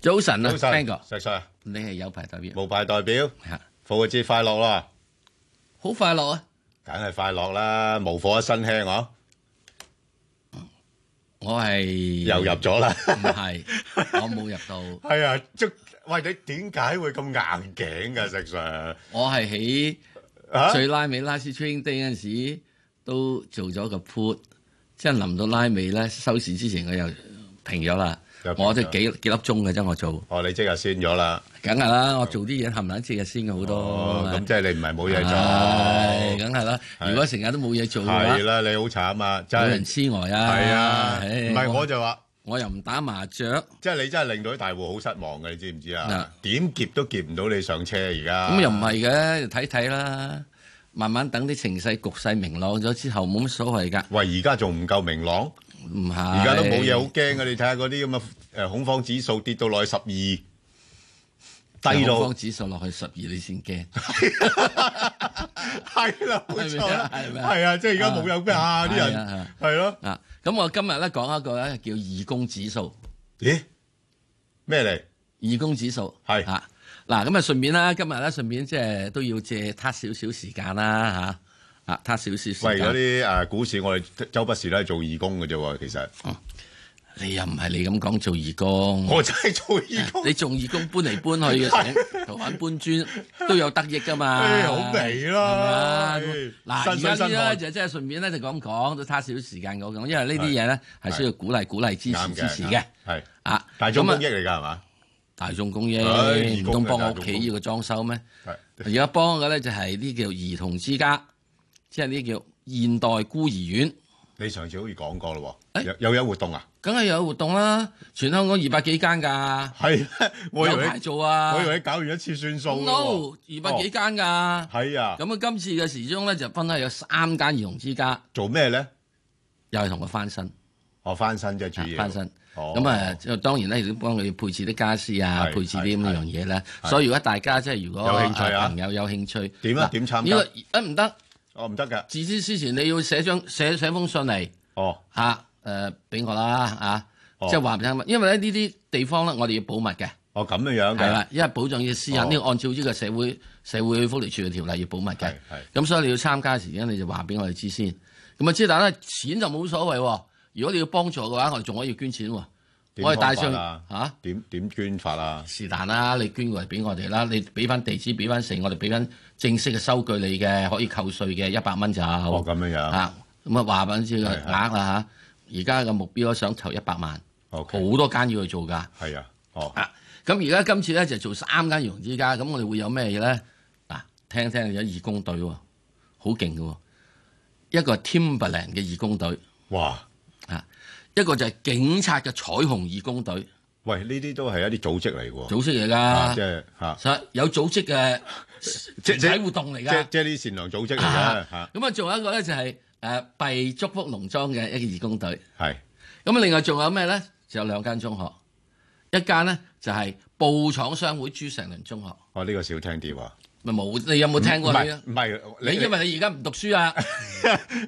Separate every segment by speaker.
Speaker 1: 早晨啊
Speaker 2: 早晨，
Speaker 1: ，Bang 哥，
Speaker 2: 石 Sir，
Speaker 1: 你係有牌代表，
Speaker 2: 無牌代表，
Speaker 1: 嚇
Speaker 2: 復活節快樂啦，
Speaker 1: 好快樂啊！
Speaker 2: 梗係快樂啦，無火一身輕嗬，
Speaker 1: 我係
Speaker 2: 又入咗啦。
Speaker 1: 唔係，我冇入到，
Speaker 2: 係啊，即喂你點解會咁硬頸嘅石 Sir？
Speaker 1: 我係喺
Speaker 2: 啊
Speaker 1: 最拉尾 last trading day 嗰陣時都做咗個 put，即係臨到拉尾咧收市之前我又停咗啦
Speaker 2: 又。停咗
Speaker 1: 我都幾幾粒鐘嘅啫，我做，
Speaker 2: 哦，你即刻先咗啦。
Speaker 1: 梗係啦，我做啲嘢冚唪唥即日先嘅好
Speaker 2: 哦，
Speaker 1: 多。
Speaker 2: 咁即係你唔係冇嘢
Speaker 1: 唉
Speaker 2: 做。
Speaker 1: 梗係啦，
Speaker 2: 係
Speaker 1: 如果成日都冇嘢做嘅話
Speaker 2: 係，啦，你好慘啊，真
Speaker 1: 有人
Speaker 2: 係。
Speaker 1: 痴呆啊。
Speaker 2: 係啊，
Speaker 1: 唉
Speaker 2: 唔係我就話。
Speaker 1: 我又唔打麻雀。
Speaker 2: 即係你真係令到啲大户好失望嘅，你知唔知啊
Speaker 1: 啊？
Speaker 2: 點劫都劫唔到你上車而家。
Speaker 1: 咁又唔係嘅，睇睇啦。慢慢等啲情勢局勢明朗咗之後，冇乜所謂㗎。
Speaker 2: 喂，而家仲唔夠明朗？
Speaker 1: 唔係，
Speaker 2: 而家都冇嘢好驚嘅，你睇下嗰啲咁嘅誒恐慌指數跌到落去十二，低
Speaker 1: 有恐
Speaker 2: 到
Speaker 1: 慌指數落去十二，你先驚。
Speaker 2: 係啦，冇錯啦，
Speaker 1: 係咪啊
Speaker 2: 係啊，即係而家冇有咩啊
Speaker 1: 啊
Speaker 2: 啲
Speaker 1: 係
Speaker 2: 人
Speaker 1: 啊
Speaker 2: 係咯，
Speaker 1: 啊，咁我今日咧講一個咧叫義工指數，
Speaker 2: 咦咩嚟？
Speaker 1: 義工指數
Speaker 2: 係
Speaker 1: 啊。嗱，咁啊順便啦，今日咧順便即係都要借攤少少時間啦嚇，啊攤少少時
Speaker 2: 喂，嗰
Speaker 1: 間。
Speaker 2: 啲誒股市我哋周不時都係做義工嘅啫喎，其實
Speaker 1: 你又唔係你咁講做義工，
Speaker 2: 我真係做義工
Speaker 1: 你，做義工搬嚟搬去 嘅，同玩搬磚都有得益噶嘛。
Speaker 2: 唉哎好哎味啦
Speaker 1: 啊係咪啊嗱，
Speaker 2: 唉身
Speaker 1: 而
Speaker 2: 水
Speaker 1: 家
Speaker 2: 身
Speaker 1: 啲
Speaker 2: 汗
Speaker 1: 咧就即係順便咧就咁講，都差少少時間講講，因為呢啲嘢咧係需要鼓勵、鼓勵、支持、
Speaker 2: 啱
Speaker 1: 支持
Speaker 2: 嘅
Speaker 1: 嘅。
Speaker 2: 係
Speaker 1: 啊，
Speaker 2: 大眾
Speaker 1: 咁啊
Speaker 2: 公益嚟㗎係嘛？
Speaker 1: 大眾公益，
Speaker 2: 唉義
Speaker 1: 唔通
Speaker 2: 工嘅
Speaker 1: 幫
Speaker 2: 大
Speaker 1: 我
Speaker 2: 眾
Speaker 1: 屋
Speaker 2: 公益
Speaker 1: 企要個裝修咩？
Speaker 2: 係
Speaker 1: 而家幫嘅咧就係呢叫兒童之家，即係呢叫現代孤兒院，
Speaker 2: 你上次好似講過咯喎，
Speaker 1: 哎
Speaker 2: 有有有活動啊？
Speaker 1: 梗係有活動啦。全香港二百幾間㗎，
Speaker 2: 係，我以
Speaker 1: 有
Speaker 2: 為
Speaker 1: 排
Speaker 2: 你
Speaker 1: 做啊。
Speaker 2: 我以為哦你搞完一次算數咯
Speaker 1: no
Speaker 2: 喎
Speaker 1: 二百幾間㗎。
Speaker 2: 係啊，
Speaker 1: 咁啊，今次嘅時鐘咧就分開有三間兒童之家，
Speaker 2: 做咩咧？
Speaker 1: 又係同佢翻身。
Speaker 2: 我翻身啫，主要
Speaker 1: 啊翻身。
Speaker 2: 哦
Speaker 1: 咁啊，就當然咧，亦都幫佢配置啲家私啊，
Speaker 2: 係
Speaker 1: 配置啲咁樣嘢咧。
Speaker 2: 係
Speaker 1: 所以如果大家即係如果
Speaker 2: 有興趣啊
Speaker 1: 呃朋友有興趣，
Speaker 2: 點啊
Speaker 1: 嗱
Speaker 2: 點參加
Speaker 1: 呢個誒唔得，
Speaker 2: 哦，唔得噶，
Speaker 1: 自之之前你要寫張寫寫封信嚟
Speaker 2: 哦，
Speaker 1: 嚇誒俾我啦嚇，
Speaker 2: 哦
Speaker 1: 即係話俾你聽，因為咧呢啲地方咧我哋要保密嘅，
Speaker 2: 哦咁樣樣
Speaker 1: 係
Speaker 2: 嘅，
Speaker 1: 啦，因為保障要私隱，
Speaker 2: 哦
Speaker 1: 呢個按照呢個社會社會福利處嘅條例要保密
Speaker 2: 係
Speaker 1: 嘅。
Speaker 2: 係
Speaker 1: 咁所以你要參加嘅時間，你就話俾我哋知先。咁啊，知但咧錢就冇所謂喎。如果你要幫助嘅話，我哋仲可以捐錢喎。
Speaker 2: 點
Speaker 1: 我哋帶上
Speaker 2: 方法啊
Speaker 1: 嚇
Speaker 2: 點點捐法啊？
Speaker 1: 是但啦，你捐過嚟俾我哋啦，你俾翻地址，俾翻成，我哋俾翻正式嘅收據你嘅，可以扣税嘅一百蚊就。
Speaker 2: 哦
Speaker 1: 哦
Speaker 2: 咁樣樣
Speaker 1: 啊，咁啊話俾你知個
Speaker 2: 係係
Speaker 1: 額啦嚇。而家嘅目標想籌一百萬，好
Speaker 2: ，OK，
Speaker 1: 多間要去做㗎。
Speaker 2: 係啊，哦，
Speaker 1: 啊，咁而家今次咧就做三間兒童之家，咁我哋會有咩嘢咧？嗱、聽聽有義工隊喎，好勁嘅喎，一個係 Timberland 嘅義工隊
Speaker 2: 哇，
Speaker 1: 啊，一個就係警察嘅彩虹義工隊，
Speaker 2: 喂，呢啲都係一啲組織嚟喎，
Speaker 1: 組織嚟
Speaker 2: 啊即
Speaker 1: 㗎，
Speaker 2: 係嚇，
Speaker 1: 所以有組織嘅
Speaker 2: 即
Speaker 1: 集體活動嚟
Speaker 2: 即
Speaker 1: 㗎。
Speaker 2: 即係啲善良組織嚟嘅
Speaker 1: 啊
Speaker 2: 嚇，
Speaker 1: 咁啊，仲有一個咧就係誒幣祝福農莊嘅一個義工隊。
Speaker 2: 係
Speaker 1: 咁啊，另外仲有咩咧？就有兩間中學，一間咧就係布廠商會朱成麟中學。
Speaker 2: 哦，呢個少聽啲喎，
Speaker 1: 咪冇，你有冇聽過
Speaker 2: 唔
Speaker 1: 佢
Speaker 2: 係
Speaker 1: 啊？
Speaker 2: 唔係
Speaker 1: 你因
Speaker 2: 為
Speaker 1: 為你而家唔讀 書啊，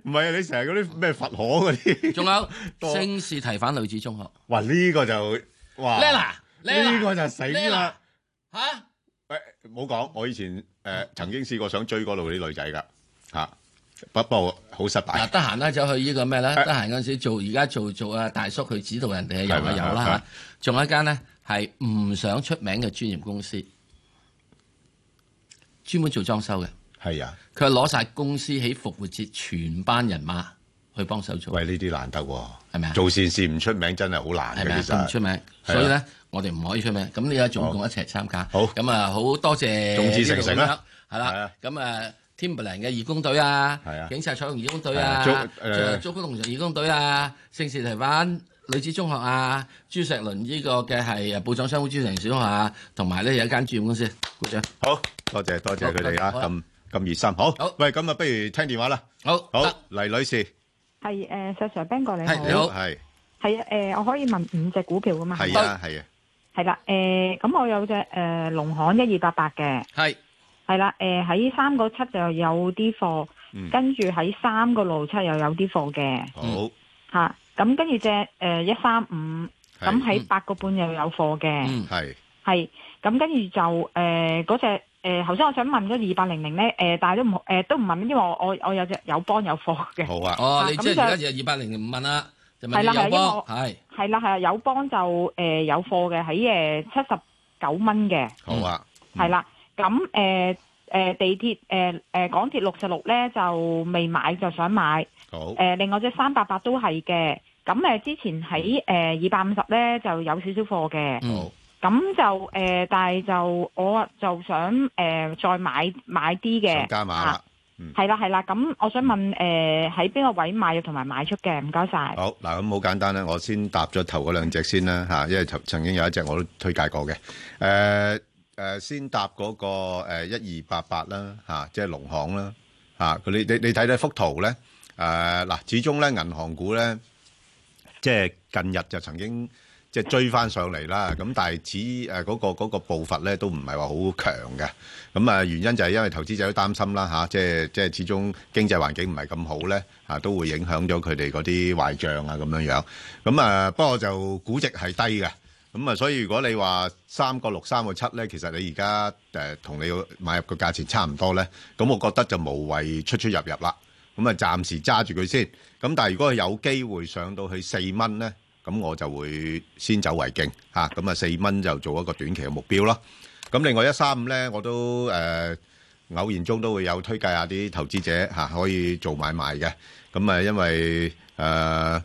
Speaker 2: 唔係啊，你成日嗰啲咩佛可嗰啲，
Speaker 1: 仲有
Speaker 2: 多
Speaker 1: 聖士提反女子中學
Speaker 2: 哇，呢個就哇，
Speaker 1: ，Lena，
Speaker 2: 呢個就死啦。
Speaker 1: 嚇！
Speaker 2: 喂，唔好講，我以前誒、呃曾經試過想追嗰度啲女仔噶嚇，不不過好失敗
Speaker 1: 嗱，。得閒咧就去呢個咩咧？
Speaker 2: 誒
Speaker 1: 得閒嗰陣時做，而家做做啊大叔去指導人哋嘅
Speaker 2: 係
Speaker 1: 遊
Speaker 2: 咪
Speaker 1: 啊遊啦
Speaker 2: 係
Speaker 1: 嚇。仲有一間咧係唔想出名嘅專業公司，專門做裝修嘅。
Speaker 2: 係啊，
Speaker 1: 佢係攞晒公司喺復活節全班人馬去幫手做，
Speaker 2: 喂，呢啲難得喎，
Speaker 1: 係咪啊
Speaker 2: 做善事唔出名真係好難
Speaker 1: 係咪
Speaker 2: 嘅，
Speaker 1: 啊？
Speaker 2: 其
Speaker 1: 佢唔出
Speaker 2: 實。
Speaker 1: 名，所以咧我哋唔可以出名。咁你而家總共一齊參加，
Speaker 2: 好
Speaker 1: 咁啊好多謝
Speaker 2: 眾志成城啦，
Speaker 1: 係
Speaker 2: 係啊
Speaker 1: 啦，咁啊 Timberland 嘅義工隊啊
Speaker 2: 係啊，
Speaker 1: 警察彩虹義工隊
Speaker 2: 係
Speaker 1: 啊
Speaker 2: 啊，祝誒
Speaker 1: 誒竹谷農場義工隊啊，聖士提反女子中學啊，朱石麟呢個嘅係誒布廠商會朱成小學啊，同埋咧有一間專業公司，鼓掌。
Speaker 2: 好多謝多謝佢哋啊，
Speaker 1: 好好
Speaker 2: 咁咁熱心。好
Speaker 1: 好，
Speaker 2: 喂，咁啊，不如聽電話啦。
Speaker 1: 好，
Speaker 2: 好
Speaker 1: 得，
Speaker 2: 黎女士，
Speaker 3: 系诶，呃石 Sir Ben 哥你好，
Speaker 1: 係你好
Speaker 2: 係
Speaker 3: 係啊，诶，我可以問五隻股票噶嘛？
Speaker 2: 係啊係啊，
Speaker 3: 係啦，诶，咁我有隻诶農行一二八八嘅，
Speaker 1: 係
Speaker 3: 係啦，诶喺三個七就有啲貨
Speaker 2: 嗯，
Speaker 3: 跟住喺三個六七又有啲貨嘅，
Speaker 2: 好
Speaker 3: 呃吓，咁跟住隻诶一三五
Speaker 2: 係
Speaker 3: 咁喺八個半又有貨嘅，
Speaker 1: 嗯，
Speaker 2: 係
Speaker 3: 係咁跟住就誒嗰只誒頭先我想問嗰二八零零咧誒，但係都唔誒都唔問，因為我我我有隻友邦有貨嘅，
Speaker 2: 好啊，
Speaker 1: 哦，你
Speaker 3: 咁
Speaker 1: 即係
Speaker 3: 就
Speaker 1: 而家就二百零五蚊啦，就問
Speaker 3: 係啦
Speaker 1: 你有
Speaker 3: 係啦
Speaker 1: 波係
Speaker 3: 係啦係啦，友邦就誒有貨嘅喺誒呃七十九蚊嘅。
Speaker 2: 好啊，嗯
Speaker 3: 係啦，咁誒誒地鐵誒誒港鐵六十六咧就未買就想買，
Speaker 2: 好
Speaker 3: 誒、另外只三八八都係嘅，咁誒、呃之前喺誒二百五十咧就有少少貨嘅，
Speaker 1: 嗯
Speaker 2: 好
Speaker 3: 咁就誒、但係就我就想誒、再買買啲
Speaker 2: 想
Speaker 3: 嘅，
Speaker 2: 加碼啦。
Speaker 3: 係啦係啦，咁我想問誒喺邊個位買入同埋賣出嘅，唔該晒。
Speaker 2: 好嗱，咁好簡單啦，我先答咗頭嗰兩隻先啦嚇，因為曾曾經有一隻我都推介過嘅。誒、誒、先答嗰、個一二八八啦嚇，即係農行啦嚇。佢、你你你睇睇幅圖咧，誒、嗱，始終咧銀行股咧，即係近日就曾經即係追翻上嚟啦。咁但係只誒嗰、個嗰、個步伐咧都唔係話好強嘅。咁啊，原因就係因為投資者都擔心啦嚇、即係即係始終經濟環境唔係咁好咧，啊都會影響咗佢哋嗰啲壞帳啊咁樣樣。咁啊，不過就估值係低嘅。咁啊，所以如果你話三個六、三個七咧，其實你而家誒同你買入個價錢差唔多咧，咁我覺得就無謂出出入入啦。咁啊，暫時揸住佢先。咁但係如果佢有機會上到去四蚊咧，咁我就會先走為敬嚇。咁啊，四蚊就做一個短期嘅目標咯。咁另外一三五咧，我都誒、呃偶然中都會有推介下啲投資者嚇、可以做買賣嘅。咁啊，因為誒、呃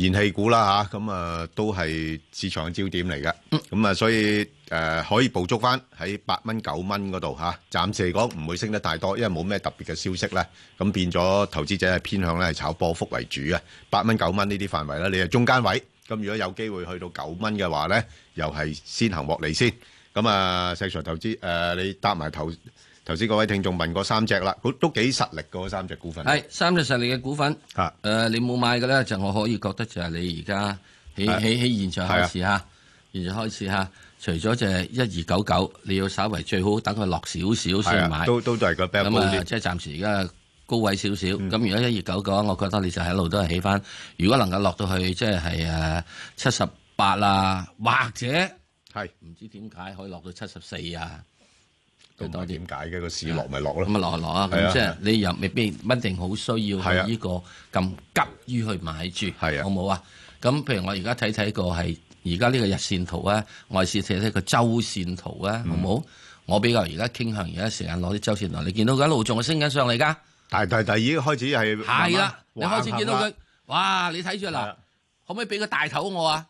Speaker 2: 燃氣股啦嚇，咁啊都係市場嘅焦點嚟嘅。咁啊，所以誒、呃可以捕捉翻喺八蚊九蚊嗰度嚇。暫時嚟講唔會升得太多，因為冇咩特別嘅消息咧。咁變咗投資者係偏向咧係炒波幅為主嘅，八蚊九蚊呢啲範圍啦，你係中間位。咁如果有機會去到九蚊嘅話咧，又係先行獲利先。咁啊，石 Sir 投資誒、呃你搭埋頭頭先嗰位聽眾問嗰三隻啦，都都幾實力嘅嗰三隻股份。
Speaker 1: 係三隻實力嘅股份，
Speaker 2: 嚇
Speaker 1: 誒呃你冇買嘅咧，就我可以覺得就係你而家喺
Speaker 2: 係啊
Speaker 1: 喺喺現場開始嚇，現場開始嚇。除咗就係一二九九，你要稍為最好等佢落少少
Speaker 2: 係
Speaker 1: 先
Speaker 2: 啊，
Speaker 1: 買。
Speaker 2: 都都都係個比較高
Speaker 1: 咁啊，
Speaker 2: 啲。嗯
Speaker 1: 即係暫時而家高位少少。咁如果一二九嘅話，我覺得你就喺度都係起翻。如果能夠落到去即係係誒七十八啊，或者
Speaker 2: 係
Speaker 1: 唔知點解可以落到七十四啊，多啲。
Speaker 2: 都唔係點解嘅個市落咪落
Speaker 1: 咁
Speaker 2: 咯。
Speaker 1: 啊落啊落啊，
Speaker 2: 係
Speaker 1: 咁
Speaker 2: 啊
Speaker 1: 即
Speaker 2: 係
Speaker 1: 係
Speaker 2: 啊
Speaker 1: 你又未必唔一定好需要
Speaker 2: 係啊
Speaker 1: 去呢個咁急於去買住，
Speaker 2: 係啊
Speaker 1: 好冇啊？咁譬如我而家睇睇個係而家呢個日線圖啊，我係試睇睇個周線圖啊，
Speaker 2: 嗯
Speaker 1: 好冇？我比較而家傾向而家時間攞啲周線圖，你見到佢一路仲係升緊上嚟㗎，
Speaker 2: 但係但係但係已經開始係慢慢
Speaker 1: 係啦，你開始見到
Speaker 2: 橫行
Speaker 1: 佢，哇！你睇住
Speaker 2: 係
Speaker 1: 嗱
Speaker 2: 啊，
Speaker 1: 可唔可以俾個大頭我啊？
Speaker 2: 啦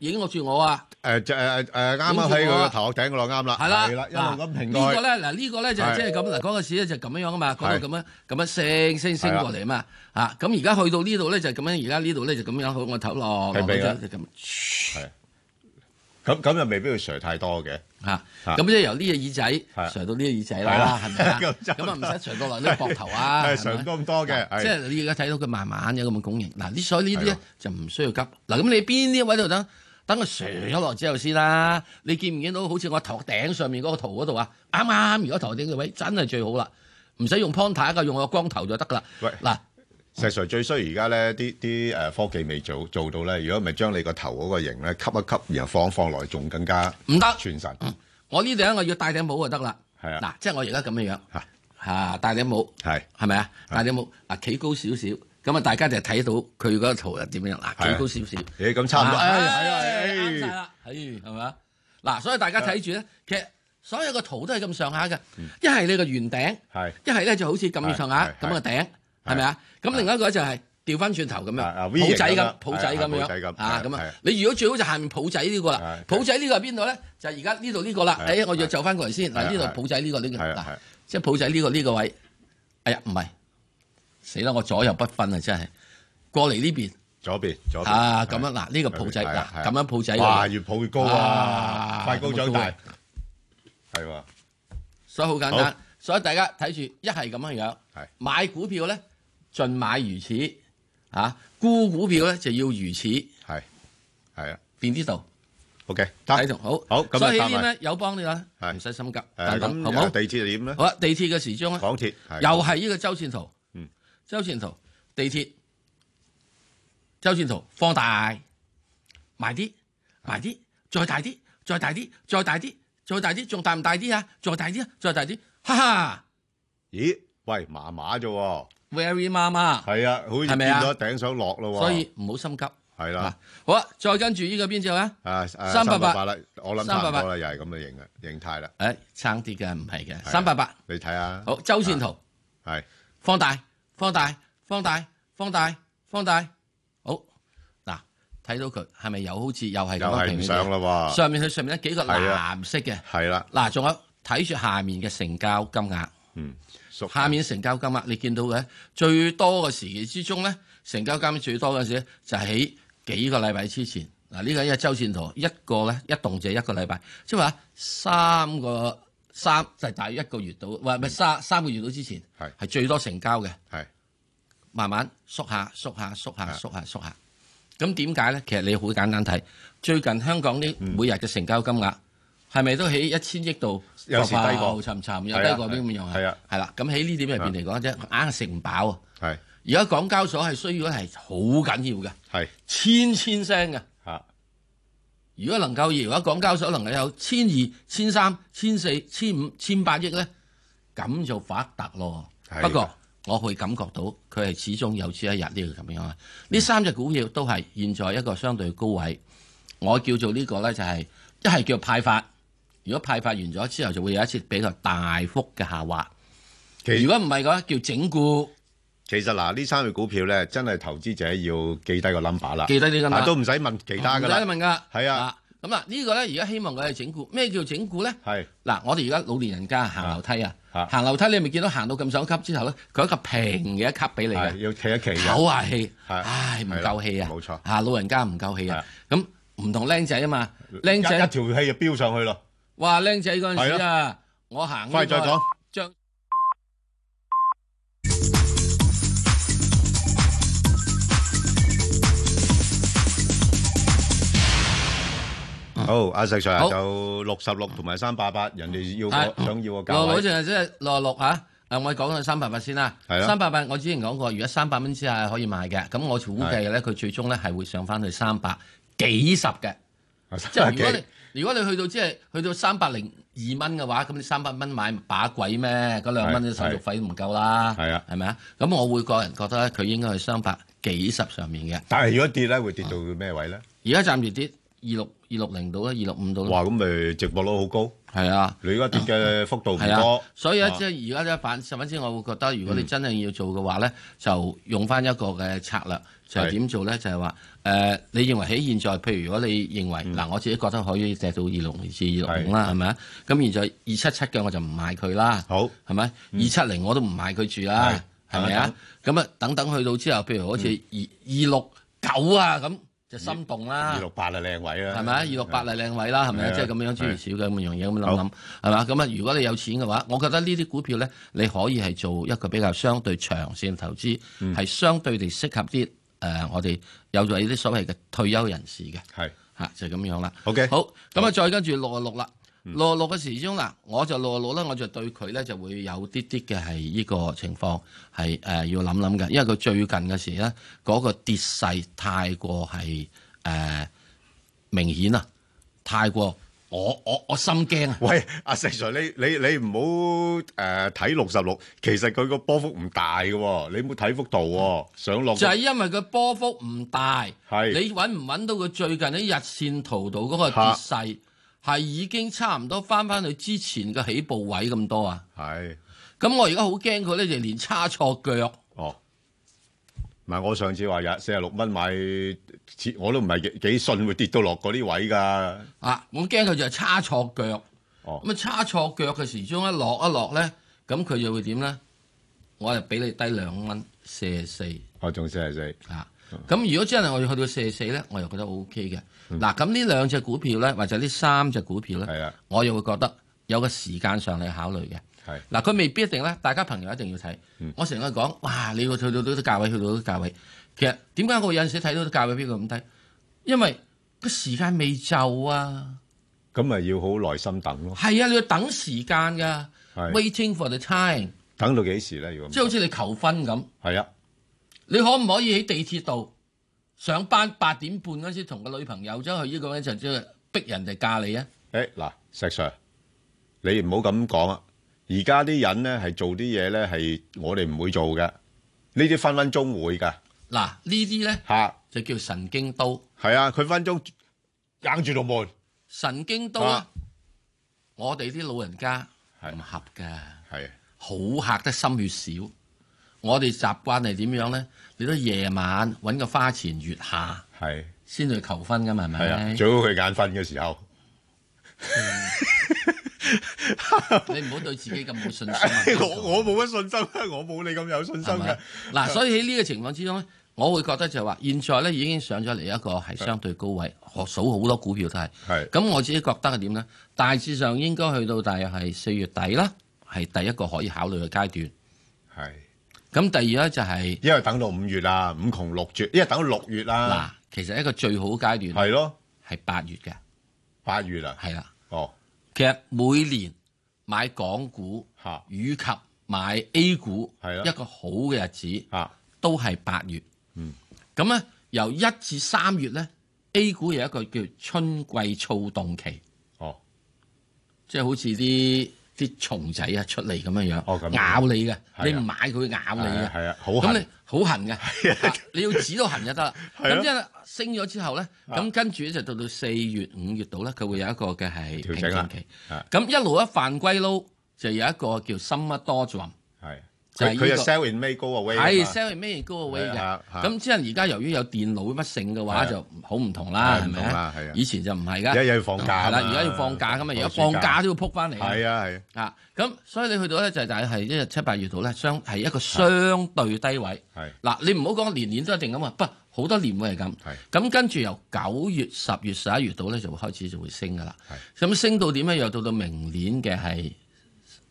Speaker 1: 影我住我啊！
Speaker 2: 誒誒就誒誒啱啱喺佢個頭殼頂嗰度啱啦，
Speaker 1: 係啦，
Speaker 2: 係啦，一路咁平
Speaker 1: 嗱呢
Speaker 2: 過
Speaker 1: 個
Speaker 2: 去。
Speaker 1: 咧，嗱呢個咧就
Speaker 2: 係
Speaker 1: 即係咁嗱，嗰個市咧就咁樣樣啊嘛，嗰度
Speaker 2: 係
Speaker 1: 咁樣咁樣升升升
Speaker 2: 係啦
Speaker 1: 過嚟啊嘛，啊咁而家去到呢度咧就咁樣，而家呢度咧就咁樣好，我頭落落
Speaker 2: 係咪啊
Speaker 1: 嗰隻就咁
Speaker 2: 咁咁又未必會 share 太多嘅。
Speaker 1: 嚇，
Speaker 2: 啊
Speaker 1: 咁即係由呢隻耳
Speaker 2: 係
Speaker 1: 仔垂到呢隻耳仔
Speaker 2: 係
Speaker 1: 啦
Speaker 2: 啦，
Speaker 1: 係咪啊？
Speaker 2: 咁就
Speaker 1: 咁啊唔使垂到落呢個膊頭啊，
Speaker 2: 係
Speaker 1: 係咪
Speaker 2: 上高咁多嘅係
Speaker 1: 即係你而家睇到佢慢慢有咁嘅拱形，嗱，呢所以呢啲
Speaker 2: 係
Speaker 1: 咧
Speaker 2: 咯
Speaker 1: 就唔需要急。嗱，咁你邊啲位度等？等佢垂咗落之後先啦。你見唔見到好似我頭頂上面嗰個圖嗰度啊？啱啱如果頭頂嘅位真係最好啦，唔使用 pointer 噶，用個光頭就得噶啦。
Speaker 2: 喂
Speaker 1: 嗱，
Speaker 2: 石 Sir 最衰而家咧，啲啲誒科技未做做到咧，如果唔係將你個頭嗰個型咧吸一吸，然後放一放落去，仲更加
Speaker 1: 唔得
Speaker 2: 全神。
Speaker 1: 我呢度咧我要戴頂帽就得啦。
Speaker 2: 係啊
Speaker 1: 嗱，即係我而家咁樣樣
Speaker 2: 嚇
Speaker 1: 嚇，戴頂帽。
Speaker 2: 係
Speaker 1: 係咪啊？戴頂帽啊，企高少少，咁啊，大家就睇到佢嗰個圖係點樣啦。
Speaker 2: 係啊
Speaker 1: 企高少少，
Speaker 2: 咦咁差唔多
Speaker 1: 啊
Speaker 2: 哎呀
Speaker 1: 哎
Speaker 2: 哎呀啊
Speaker 1: 啱晒啦，哎係咪啊？嗱，所以大家睇住咧，其實所有個圖都係咁上下嘅，
Speaker 2: 嗯
Speaker 1: 一係你個圓頂，
Speaker 2: 係
Speaker 1: 一係咧就好似咁上下
Speaker 2: 係係
Speaker 1: 咁嘅頂，係咪啊？咁另一個就係調翻轉頭咁
Speaker 2: 啊啊
Speaker 1: 樣，
Speaker 2: ，V
Speaker 1: 抱仔
Speaker 2: 型咁
Speaker 1: 咁
Speaker 2: 樣，
Speaker 1: 抱仔咁
Speaker 2: 係係抱仔
Speaker 1: 樣
Speaker 2: 咁
Speaker 1: 啊
Speaker 2: 係
Speaker 1: 咁
Speaker 2: 係
Speaker 1: 啊！你如果最好就下面抱仔呢個啦，
Speaker 2: 係
Speaker 1: 抱仔呢個係邊度咧？就係而家呢度呢個啦。
Speaker 2: 係
Speaker 1: 誒，我要就翻過嚟先，
Speaker 2: 係
Speaker 1: 嗱呢
Speaker 2: 係
Speaker 1: 度抱仔呢個呢個
Speaker 2: 係
Speaker 1: 嗱
Speaker 2: 係，
Speaker 1: 即係抱仔呢個呢個位。哎呀，唔係，死啦！我左右不分啊，真係過嚟呢邊
Speaker 2: 左邊左邊
Speaker 1: 啊咁樣嗱，呢個抱仔
Speaker 2: 係
Speaker 1: 嗱
Speaker 2: 啊係啊
Speaker 1: 咁樣抱仔
Speaker 2: 哇，
Speaker 1: 嘅。
Speaker 2: 越抱越高啊
Speaker 1: 啊，
Speaker 2: 快高長
Speaker 1: 咁
Speaker 2: 大
Speaker 1: 啊，
Speaker 2: 係喎，
Speaker 1: 所以好簡單
Speaker 2: 好，
Speaker 1: 所以大家睇住一係咁樣樣
Speaker 2: 係，
Speaker 1: 買股票咧盡買如此，啊沽股票咧就要如此，
Speaker 2: 係係啊
Speaker 1: 變呢度
Speaker 2: ，OK，得
Speaker 1: 睇同好，
Speaker 2: 好咁啊
Speaker 1: 所以呢
Speaker 2: 答埋
Speaker 1: 啲咧有幫你啦，
Speaker 2: 係
Speaker 1: 唔使心急，
Speaker 2: 誒
Speaker 1: 等等好
Speaker 2: 咁
Speaker 1: 冇？
Speaker 2: 地鐵點咧？
Speaker 1: 好啊啦，地鐵嘅時鐘咧，
Speaker 2: 港鐵係
Speaker 1: 又係呢個周線圖
Speaker 2: 嗯，
Speaker 1: 周線圖地鐵，周線圖放大，埋啲，
Speaker 2: 啊
Speaker 1: 埋啲，再大啲，再大啲，再大啲，再大啲，仲大唔大啲啊？再大啲啊，再大啲，哈哈
Speaker 2: 咦？喂，麻麻啫喎，
Speaker 1: ，very 媽媽，
Speaker 2: 係啊，好似
Speaker 1: 係
Speaker 2: 見
Speaker 1: 咪啊
Speaker 2: 咗頂手落咯喎，
Speaker 1: 所以唔好心急。
Speaker 2: 係
Speaker 1: 嗱
Speaker 2: 啦，，
Speaker 1: 好啊，再跟住呢個邊只咧？
Speaker 2: 啊三
Speaker 1: 388
Speaker 2: 啦，我諗差唔多啦，又係咁嘅形啊形態啦，
Speaker 1: 誒，撐啲嘅唔係嘅，
Speaker 2: 係啊
Speaker 1: 三八八。
Speaker 2: 你睇下，
Speaker 1: 好，周線圖
Speaker 2: 係
Speaker 1: 放大，放大，放大，放大，放大。好，嗱，睇到佢係咪又好似又係
Speaker 2: 又
Speaker 1: 咁樣
Speaker 2: 係
Speaker 1: 平
Speaker 2: 唔
Speaker 1: 平
Speaker 2: 上
Speaker 1: 地？
Speaker 2: 啦喎，
Speaker 1: 上面佢上面有幾個
Speaker 2: 係啊
Speaker 1: 藍色嘅。
Speaker 2: 係啦，
Speaker 1: 嗱，仲有睇住下面嘅成交金額，
Speaker 2: 嗯，熟
Speaker 1: 下面成交金額你見到嘅最多嘅時期之中咧，成交金額最多嘅時呢就喺幾個禮拜之前。嗱，呢個一個周線圖，一個咧一動就係一個禮拜，即係話三個三就係大約一個月到，喂唔係三三個月到之前
Speaker 2: 係
Speaker 1: 係最多成交嘅，
Speaker 2: 係
Speaker 1: 慢慢縮下縮下縮下
Speaker 2: 係
Speaker 1: 縮下縮下。咁點解咧？其實你好簡單睇，最近香港呢
Speaker 2: 嗯
Speaker 1: 每日嘅成交金額係咪都喺一千億度？
Speaker 2: 有時低過
Speaker 1: 浮浮沉沉又
Speaker 2: 係啊
Speaker 1: 低過邊咁樣
Speaker 2: 係啊，啊
Speaker 1: 係啦。咁喺呢點入邊嚟講啫，硬係食唔飽啊！
Speaker 2: 係
Speaker 1: 而家港交所係需要係好緊要嘅，
Speaker 2: 係
Speaker 1: 千千聲嘅。
Speaker 2: 嚇
Speaker 1: 如果能夠而家港交所能夠有千二、千三、千四、千五、千八億咧，咁就發達咯。
Speaker 2: 係
Speaker 1: 不過我會感覺到佢係始終有朝一日呢個咁樣啊。呢三隻股票都係現在一個相對高位，我叫做呢個呢，就係一係叫派發。如果派發完咗之後，就會有一次比較大幅嘅下滑。
Speaker 2: 其
Speaker 1: 如果唔係嘅話，叫整固，
Speaker 2: 其實嗱，呢三隻股票咧，真係投資者要記低個 number 啦，
Speaker 1: 記低呢個
Speaker 2: 啊都唔使問其他
Speaker 1: 唔
Speaker 2: 噶
Speaker 1: 使
Speaker 2: 啦，
Speaker 1: 問噶。
Speaker 2: 係啊，
Speaker 1: 咁啊呢個呢，而家希望佢係整固。咩叫整固呢？
Speaker 2: 係
Speaker 1: 嗱，我哋而家老年人家行樓梯啊，
Speaker 2: 啊
Speaker 1: 行樓梯你咪見到行到咁上一級之後咧，佢有一個平嘅一級俾你
Speaker 2: 係
Speaker 1: 嘅，
Speaker 2: 要企一企嘅，
Speaker 1: 唞下氣，
Speaker 2: 係
Speaker 1: 唉唔
Speaker 2: 係啦
Speaker 1: 夠氣啊，
Speaker 2: 冇錯
Speaker 1: 嚇老人家唔夠氣啊，咁唔同僆仔啊嘛，僆
Speaker 2: 一一條
Speaker 1: 仔
Speaker 2: 氣就飆上去咯，
Speaker 1: 哇僆仔嗰陣時啊，我行呢
Speaker 2: 快
Speaker 1: 個
Speaker 2: 再講，
Speaker 1: 張
Speaker 2: 好，阿石 Sir
Speaker 1: 好
Speaker 2: 就六十六同埋三八八，人哋要個
Speaker 1: 係
Speaker 2: 想要個
Speaker 1: 六
Speaker 2: 價
Speaker 1: 六
Speaker 2: 位，
Speaker 1: 就係即係六六嚇。誒，我哋講緊三百八先啦，
Speaker 2: 係啊
Speaker 1: 三百八我之前講過，如果三百蚊之下可以買嘅，咁我估計咧佢最終咧係會上翻去三百幾十嘅。即
Speaker 2: 啊
Speaker 1: 係如果你如果你去到即係去到三百零二蚊嘅話，咁你三百蚊買把鬼咩？嗰兩蚊嘅手續費都唔夠啦，
Speaker 2: 係啊
Speaker 1: 係咪啊？咁我會個人覺得咧，佢應該係三百幾十上面嘅。
Speaker 2: 但係如果跌咧，會跌到咩位咧？
Speaker 1: 而家暫時跌二六二六零度啦，二六五度啦，
Speaker 2: 哇，咁咪直播率好高，
Speaker 1: 係啊。
Speaker 2: 你而家跌嘅幅度唔
Speaker 1: 係啊嗯
Speaker 2: 多，，
Speaker 1: 所以咧
Speaker 2: 啊
Speaker 1: 即係而家咧反十分之，我會覺得如果你真係要做嘅話咧，就用翻一個嘅策略，就係
Speaker 2: 係
Speaker 1: 點做咧？就係話誒，你認為喺現在，譬如如果你認為嗱，我自己覺得可以跌到二六零至二六五嗯啦，係咪啊？咁現在二七七嘅我就唔買佢啦，
Speaker 2: 好
Speaker 1: 係咪？二七零我都唔買佢住啦，
Speaker 2: 係
Speaker 1: 嗯係嗯咪啊？咁啊，等等去到之後，譬如好似二二六九啊咁，就心動啦
Speaker 2: 二。六八啊靚位啦，
Speaker 1: 係咪二六八係靚位啦，係咪
Speaker 2: 係啊
Speaker 1: 即係咁樣諸如此類咁樣嘢咁諗
Speaker 2: 好
Speaker 1: 諗，係嘛？咁啊，如果你有錢嘅話，我覺得呢啲股票咧，你可以係做一個比較相對長線投資，係、
Speaker 2: 嗯
Speaker 1: 相對地適合啲誒、呃我哋有咗呢啲所謂嘅退休人士嘅
Speaker 2: 係
Speaker 1: 嚇、就就係咁樣啦。
Speaker 2: OK 嗯
Speaker 1: 好，咁啊，再跟住六啊六啦。六啊六嘅時鐘嗱，我就六啊六咧，我就對佢咧就會有啲啲嘅係呢個情況係誒、呃要諗諗嘅，因為佢最近嘅時咧嗰、個跌勢太過係誒、呃明顯啊，太過我我我心驚啊！
Speaker 2: 喂，阿石 Sir，你你你唔好誒睇六十六，其實佢個波幅唔大嘅喎，你冇睇幅圖喎，上落
Speaker 1: 就係因為佢波幅唔大，
Speaker 2: 係
Speaker 1: 你揾唔揾到佢最近喺日線圖度嗰個跌勢係已經差唔多翻翻去之前嘅起步位咁多啊！
Speaker 2: 係
Speaker 1: 咁我而家好驚佢咧，就連叉錯腳。
Speaker 2: 哦。唔係，我上次話廿四十六蚊買，似我都唔係幾幾信會跌到落嗰啲位㗎。
Speaker 1: 啊！我驚佢就係叉錯腳，
Speaker 2: 哦，
Speaker 1: 咁啊叉錯腳嘅時鐘一落一落咧，咁佢就會點咧？我就俾你低兩蚊四十四
Speaker 2: 我仲四十四，
Speaker 1: 啊！咁如果真係我要去到四十四咧，我又覺得 O K 嘅。嗱，咁呢兩隻股票咧，或者呢三隻股票
Speaker 2: 係
Speaker 1: 咧，
Speaker 2: 啊，
Speaker 1: 我又會覺得有個時間上嚟考慮嘅。
Speaker 2: 係
Speaker 1: 嗱，佢未必一定咧，大家朋友一定要睇。
Speaker 2: 嗯
Speaker 1: 我成日講，哇！你要去到呢啲價位，去到呢啲價位，其實點解我有陣時睇到啲價位邊個咁低？因為個時間未就啊。
Speaker 2: 咁咪要好耐心等咯。
Speaker 1: 係啊，你要等時間㗎
Speaker 2: 係
Speaker 1: ，waiting for the time，
Speaker 2: 等到幾時咧？如果唔
Speaker 1: 即係好似你求婚咁，
Speaker 2: 係啊，
Speaker 1: 你可唔可以喺地鐵度上班八點半嗰陣時同個女朋友走去呢個咧就即係逼人哋嫁你啊！
Speaker 2: 诶，嗱，石 Sir，你唔好咁講啊！而家啲人咧係做啲嘢咧係我哋唔會做嘅，呢啲分分鐘會噶
Speaker 1: 嗱，呢啲咧
Speaker 2: 吓，
Speaker 1: 就叫神經刀，
Speaker 2: 係啊，佢分分鐘硬住道門，
Speaker 1: 神經刀啊
Speaker 2: 啊！
Speaker 1: 我哋啲老人家
Speaker 2: 係
Speaker 1: 唔合㗎。
Speaker 2: 係
Speaker 1: 好嚇得心血少。我哋習慣係點樣咧？你都夜晚揾個花前月下
Speaker 2: 係
Speaker 1: 先去求婚噶嘛？係咪？
Speaker 2: 係啊，最好佢眼瞓嘅時候，
Speaker 1: 你唔好對自己咁冇信心 啊。
Speaker 2: 哎我我冇乜信心啊，我冇你咁有信心
Speaker 1: 係咪
Speaker 2: 嘅，
Speaker 1: 嗱，所以喺呢個情況之中咧，我會覺得就係話，現在咧已經上咗嚟一個係相對高位，我數好多股票都係。
Speaker 2: 係
Speaker 1: 咁我自己覺得係點咧？大致上應該去到大約係四月底啦，係第一個可以考慮嘅階段。
Speaker 2: 係，
Speaker 1: 咁第二咧就係、
Speaker 2: 因為等到五月啦，五窮六絕，因為等到六月
Speaker 1: 嗱
Speaker 2: 啦，，
Speaker 1: 其實一個最好嘅階段
Speaker 2: 係咯，
Speaker 1: 係八月嘅，
Speaker 2: 八月啊，
Speaker 1: 係啦。
Speaker 2: 哦
Speaker 1: 其實每年買港股
Speaker 2: 吓
Speaker 1: 以及買 A 股，
Speaker 2: 係啊
Speaker 1: 一個好嘅日子
Speaker 2: 吓
Speaker 1: 都係八月。
Speaker 2: 嗯，
Speaker 1: 咁咧由一至三月咧，A 股有一個叫春季躁動期，
Speaker 2: 哦
Speaker 1: 即係好似啲啲蟲仔啊出嚟咁樣樣，
Speaker 2: 哦咁
Speaker 1: 咬你嘅，
Speaker 2: 啊
Speaker 1: 你唔買佢會咬你
Speaker 2: 係啊
Speaker 1: 嘅。
Speaker 2: 係啊，好
Speaker 1: 咁
Speaker 2: 痕
Speaker 1: 你好痕嘅，啊你要指到痕就得啦。
Speaker 2: 係啊啊
Speaker 1: 咁即係升咗之後咧，咁跟住咧就到到四月、五月度咧，佢會有一個嘅係
Speaker 2: 調整啦
Speaker 1: 平靜期
Speaker 2: 啊。
Speaker 1: 咁一路一犯歸撈，就有一個叫 summer doldrum，
Speaker 2: 係，
Speaker 1: 就係
Speaker 2: 佢佢就
Speaker 1: 呢個
Speaker 2: sell in May go away 啊
Speaker 1: 係
Speaker 2: 嘛
Speaker 1: selling 咩 go away
Speaker 2: 係
Speaker 1: 嘅
Speaker 2: 啊。啊
Speaker 1: 咁即係而家由於有電腦乜性嘅話，
Speaker 2: 係啊
Speaker 1: 就好唔同啦，
Speaker 2: 係
Speaker 1: 係
Speaker 2: 唔
Speaker 1: 咪
Speaker 2: 同啦係啊
Speaker 1: 啊？以前就唔係噶，
Speaker 2: 而家要放假啊
Speaker 1: 係啦，
Speaker 2: 嘛
Speaker 1: 而家要放假咁嘛，而家
Speaker 2: 放
Speaker 1: 放
Speaker 2: 暑假
Speaker 1: 假都要撲翻嚟。
Speaker 2: 係啊係啊，
Speaker 1: 啊，咁所以你去到咧就係大概係一日七八月度咧，相係一個相對低位。
Speaker 2: 係
Speaker 1: 嗱，你唔好講年年都一定咁啊，不好多年會係咁
Speaker 2: 係。
Speaker 1: 咁跟住由九月、十月、十一月度咧就會開始就會升噶啦。
Speaker 2: 係
Speaker 1: 咁升到點咧？又到到明年嘅係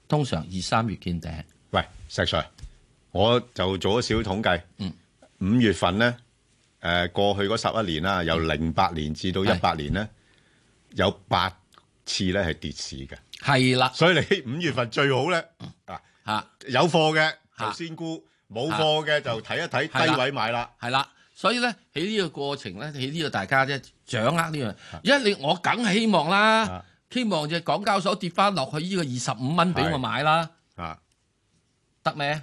Speaker 1: 通常二三月見頂。
Speaker 2: 喂，石 Sir，我就做咗少統計，
Speaker 1: 嗯
Speaker 2: 五月份咧，誒、過去嗰十一年啦，由 à,
Speaker 1: Ừ.
Speaker 2: 零八年至到一
Speaker 1: 係
Speaker 2: 八年咧，有八次咧係跌市嘅，
Speaker 1: 係啦，
Speaker 2: 所以你 五月份最好咧，啊
Speaker 1: 嚇
Speaker 2: 有貨嘅就
Speaker 1: 啊
Speaker 2: 先沽，冇貨嘅就睇一睇
Speaker 1: 係啦
Speaker 2: 低位買啦，
Speaker 1: 係啦。所以咧喺呢個過程咧，喺呢個大家啫掌握呢樣，因為你我梗係希望啦
Speaker 2: 啊，
Speaker 1: 希望就港交所跌翻落去呢個二十五蚊俾我買啦，
Speaker 2: 啊
Speaker 1: 得咩？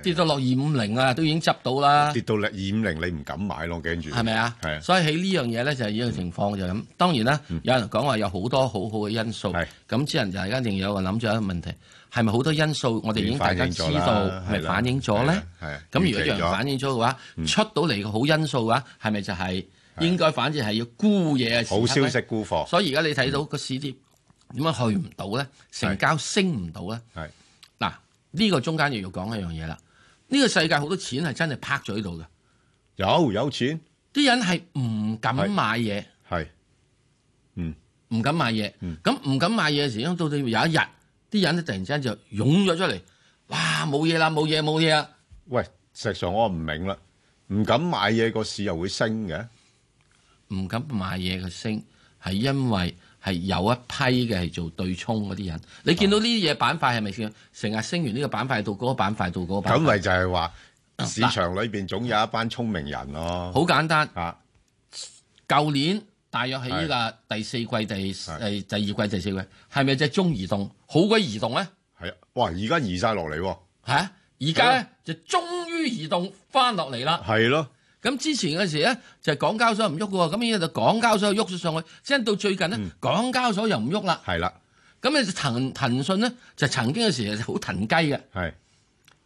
Speaker 2: 誒、
Speaker 1: 跌到落二五零啊，都已經執到啦
Speaker 2: 跌，到二五零你唔敢買咯，驚住
Speaker 1: 係咪啊
Speaker 2: 係？嗯
Speaker 1: 所以喺呢樣嘢咧就係呢個情況就係咁。當然啦，有人講話有好多好好嘅因素
Speaker 2: 係，
Speaker 1: 咁之人就而家仲有個諗咗一個問題，係咪好多因素我哋已經大家知
Speaker 2: 已經
Speaker 1: 道
Speaker 2: 反
Speaker 1: 咪
Speaker 2: 映咗啦，係啦
Speaker 1: 反映咗咧？
Speaker 2: 係啊
Speaker 1: 咁
Speaker 2: 預
Speaker 1: 如
Speaker 2: 期
Speaker 1: 果有人
Speaker 2: 咗嗯
Speaker 1: 反映咗嘅話，出到嚟嘅好因素嘅話，係咪就係應該反正係要沽嘢嘅時刻
Speaker 2: 好
Speaker 1: 呢
Speaker 2: 消息嗯沽貨，
Speaker 1: 所以而家你睇到個市跌點解去唔到咧？成交升唔到咧？
Speaker 2: 係
Speaker 1: 嗱，呢個中間又要講一樣嘢啦。呢個世界好多錢係真係趴咗喺度嘅。
Speaker 2: 有有錢
Speaker 1: 啲人係唔敢買嘢，
Speaker 2: 係嗯。
Speaker 1: 唔敢買嘢。咁唔敢買嘢嘅時候，到到有一日，啲人咧突然之間就湧咗出嚟，哇！冇嘢啦，冇嘢，冇嘢啦。
Speaker 2: 喂，石 Sir，我唔明啦，唔敢買嘢個市又會升嘅，
Speaker 1: 唔敢買嘢嘅升係因為係有一批嘅係做對沖嗰啲人。你見到呢啲嘢板塊係咪先？成日升完呢個板塊到嗰個板塊到嗰個板塊，
Speaker 2: 咁咪就係話市場裏邊總有一班聰明人咯。
Speaker 1: 好簡單。
Speaker 2: 啊，
Speaker 1: 舊年大約喺呢個第四季、第誒第二季、第四季，係咪只中移動好鬼移動咧？
Speaker 2: 係啊，哇！而家移晒落嚟喎，
Speaker 1: 嚇、而家咧就終於移動翻落嚟啦。
Speaker 2: 係咯，
Speaker 1: 咁之前嗰時咧就係港交所唔喐嘅喎，咁而家就港交所喐咗上去，即係到最近咧、
Speaker 2: 嗯
Speaker 1: 港交所又唔喐啦。
Speaker 2: 係啦，
Speaker 1: 咁你騰騰訊咧就曾經嘅時就好騰雞嘅，
Speaker 2: 係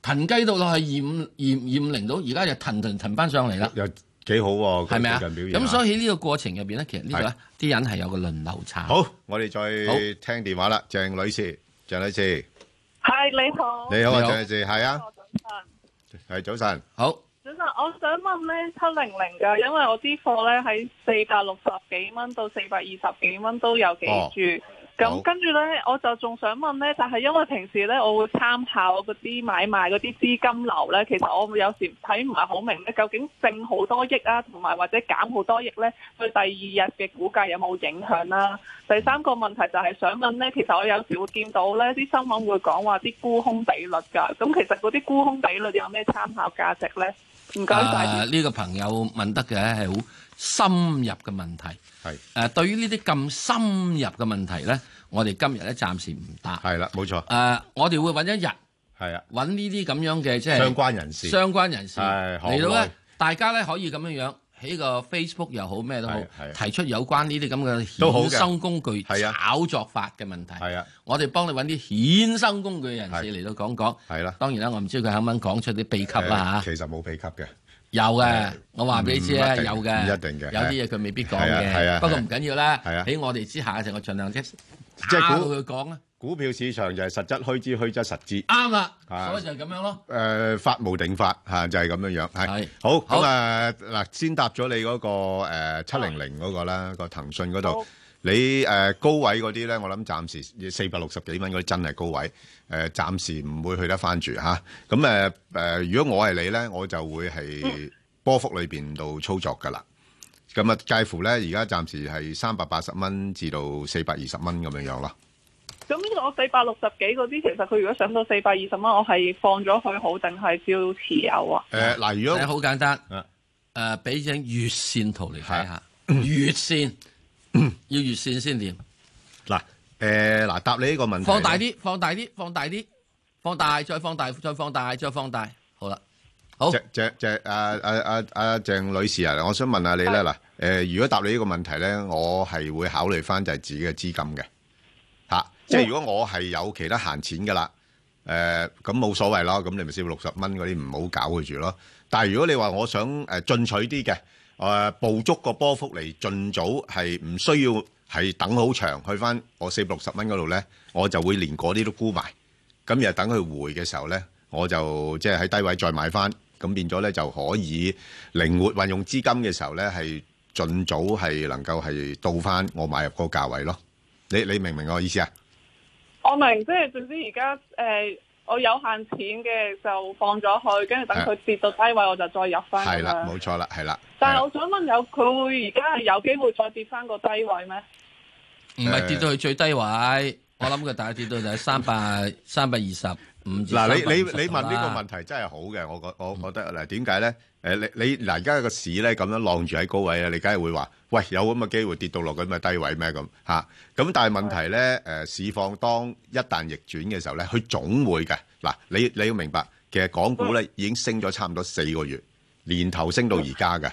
Speaker 1: 騰雞到落去二五二二五零度，而家就騰騰騰翻上嚟啦，
Speaker 2: 又幾好喎，佢
Speaker 1: 係咪啊？
Speaker 2: 最近表現啊。
Speaker 1: 咁所以喺呢個過程入邊咧，其實呢個咧啲人係有個輪流炒。
Speaker 2: 好，我哋再
Speaker 1: 好
Speaker 2: 聽電話啦，鄭女士，鄭女士，
Speaker 4: 系你好，
Speaker 2: 你好啊，
Speaker 1: 你好
Speaker 2: 鄭女士，係啊，
Speaker 4: 早晨，
Speaker 2: 係早晨，
Speaker 1: 好，
Speaker 4: 早晨，我想問咧七零零嘅，因為我啲貨咧喺四百六十幾蚊到四百二十幾蚊都有幾
Speaker 2: 哦
Speaker 4: 注，
Speaker 2: 好
Speaker 4: 咁跟住咧我就仲想問咧，就係因為平時咧我會參考嗰啲買賣嗰啲資金流咧，其實我有時睇唔係好明咧，究竟剩好多億啊，同埋或者減好多億咧，對第二日嘅股價有冇影響啊啦、第三個問題就係想問咧，其實我有時會見到咧啲新聞會講話啲沽空比率㗎，咁其實嗰啲沽空比率有咩參考價值咧？唔該晒
Speaker 1: 啊呢個朋友問得嘅係好深入嘅問題。
Speaker 2: 係
Speaker 1: 誒，對於呢啲咁深入嘅問題咧，我哋今日咧暫時唔答。
Speaker 2: 係啦，冇錯，
Speaker 1: 誒，我哋會揾一日
Speaker 2: 係啊，
Speaker 1: 揾呢啲咁樣嘅即係
Speaker 2: 相關人士
Speaker 1: 相關人士
Speaker 2: 係行
Speaker 1: 嚟到
Speaker 2: 內
Speaker 1: 咧，大家咧可以咁樣樣喺個 Facebook 又好咩都好
Speaker 2: 係，係
Speaker 1: 提出有關呢啲咁嘅
Speaker 2: 都好嘅
Speaker 1: 衍生工具
Speaker 2: 係啊
Speaker 1: 炒作法嘅問題。
Speaker 2: 係啊，
Speaker 1: 我哋幫你揾啲衍生工具嘅人士
Speaker 2: 係
Speaker 1: 嚟到講講。
Speaker 2: 係啦，
Speaker 1: 當然啦，我唔知佢肯唔肯講出啲秘笈啦嚇。
Speaker 2: 誒其實冇秘笈嘅，
Speaker 1: 有嘅，我話俾你知啊，
Speaker 2: 嗯唔一定
Speaker 1: 有嘅，
Speaker 2: 唔一定嘅
Speaker 1: 有啲嘢佢未必講
Speaker 2: 係啊係
Speaker 1: 嘅。
Speaker 2: 啊
Speaker 1: 不過唔緊要啦，
Speaker 2: 係啊
Speaker 1: 喺我哋之下就我盡量即
Speaker 2: 即
Speaker 1: 即
Speaker 2: 係
Speaker 1: 係
Speaker 2: 估
Speaker 1: 佢講啦。
Speaker 2: 股票市場就係實質虛之，虛則實之。
Speaker 1: 啱啦，
Speaker 2: 係
Speaker 1: 所以就係咁樣咯。
Speaker 2: 誒、法無定法嚇、就係、咁樣樣係。
Speaker 1: 係
Speaker 2: 好
Speaker 1: 好
Speaker 2: 咁啊嗱，先答咗你嗰、個七零零嗰個啦，個騰訊嗰度
Speaker 4: 好。
Speaker 2: 你誒、高位嗰啲咧，我諗暫時四百六十幾蚊嗰啲真係高位，誒、暫時唔會去得翻住嚇。咁誒誒，如果我係你咧，我就會係波幅裏邊度操作㗎啦。咁啊，介乎咧而家暫時係三百八十蚊至到四百二十蚊咁樣樣咯。
Speaker 4: 咁呢個我四百六十幾嗰啲，其實佢如果上到四百二十蚊，我係放咗佢好定係照持有啊？
Speaker 2: 誒、呃嗱，如
Speaker 1: 睇
Speaker 2: 果
Speaker 1: 好簡單
Speaker 2: 啊，
Speaker 1: 誒俾張月線圖嚟睇下，月線要月線先掂，
Speaker 2: 嗱誒嗱答你呢個問題，
Speaker 1: 放大。啲，放大啲，放大啲，放大，再放大，再放大，再放大，好啦，好
Speaker 2: 鄭鄭鄭啊啊啊啊鄭女士啊，我想問下你咧嗱，誒、呃如果答你呢個問題咧，我係會考慮翻就係自己嘅資金嘅嚇、即係如果我係有其他閒錢噶啦，誒咁冇所謂咯，咁你咪燒六十蚊嗰啲唔好搞佢住咯。但係如果你話我想誒進取啲嘅，誒、呃捕捉個波幅嚟盡早係唔需要係等好長去翻我四六十蚊嗰度咧，我就會連嗰啲都沽埋。咁又等佢回嘅時候咧，我就即係喺低位再買翻，咁變咗咧就可以靈活運用資金嘅時候咧，係盡早係能夠係到翻我買入嗰個價位咯。你你明唔明我意思啊？
Speaker 4: 我明，即係總之而家誒，我有限錢嘅就放咗佢，跟住等佢跌到低位，我就再入翻。
Speaker 2: 啊係啦，冇錯啦，係啦。
Speaker 4: 但係我想問，有佢會而家係有機會再跌翻個低位咩？
Speaker 1: 唔係跌到去最低位，我諗佢大概跌到就係三百三百二十五至
Speaker 2: 嗱，你
Speaker 1: 350
Speaker 2: 你你問
Speaker 1: 啦
Speaker 2: 呢個問題真係好啊嘅，我覺我覺得嗱點解咧？誒你你嗱而家個市咧咁樣浪住喺高位啊，你梗係會話喂有咁嘅機會跌到落咁嘅低位咩咁嚇？咁但係問題咧誒市況當一旦逆轉嘅時候咧，佢總會嘅嗱，你你要明白，其實港股咧已經升咗差唔多四個月，年頭升到而家嘅。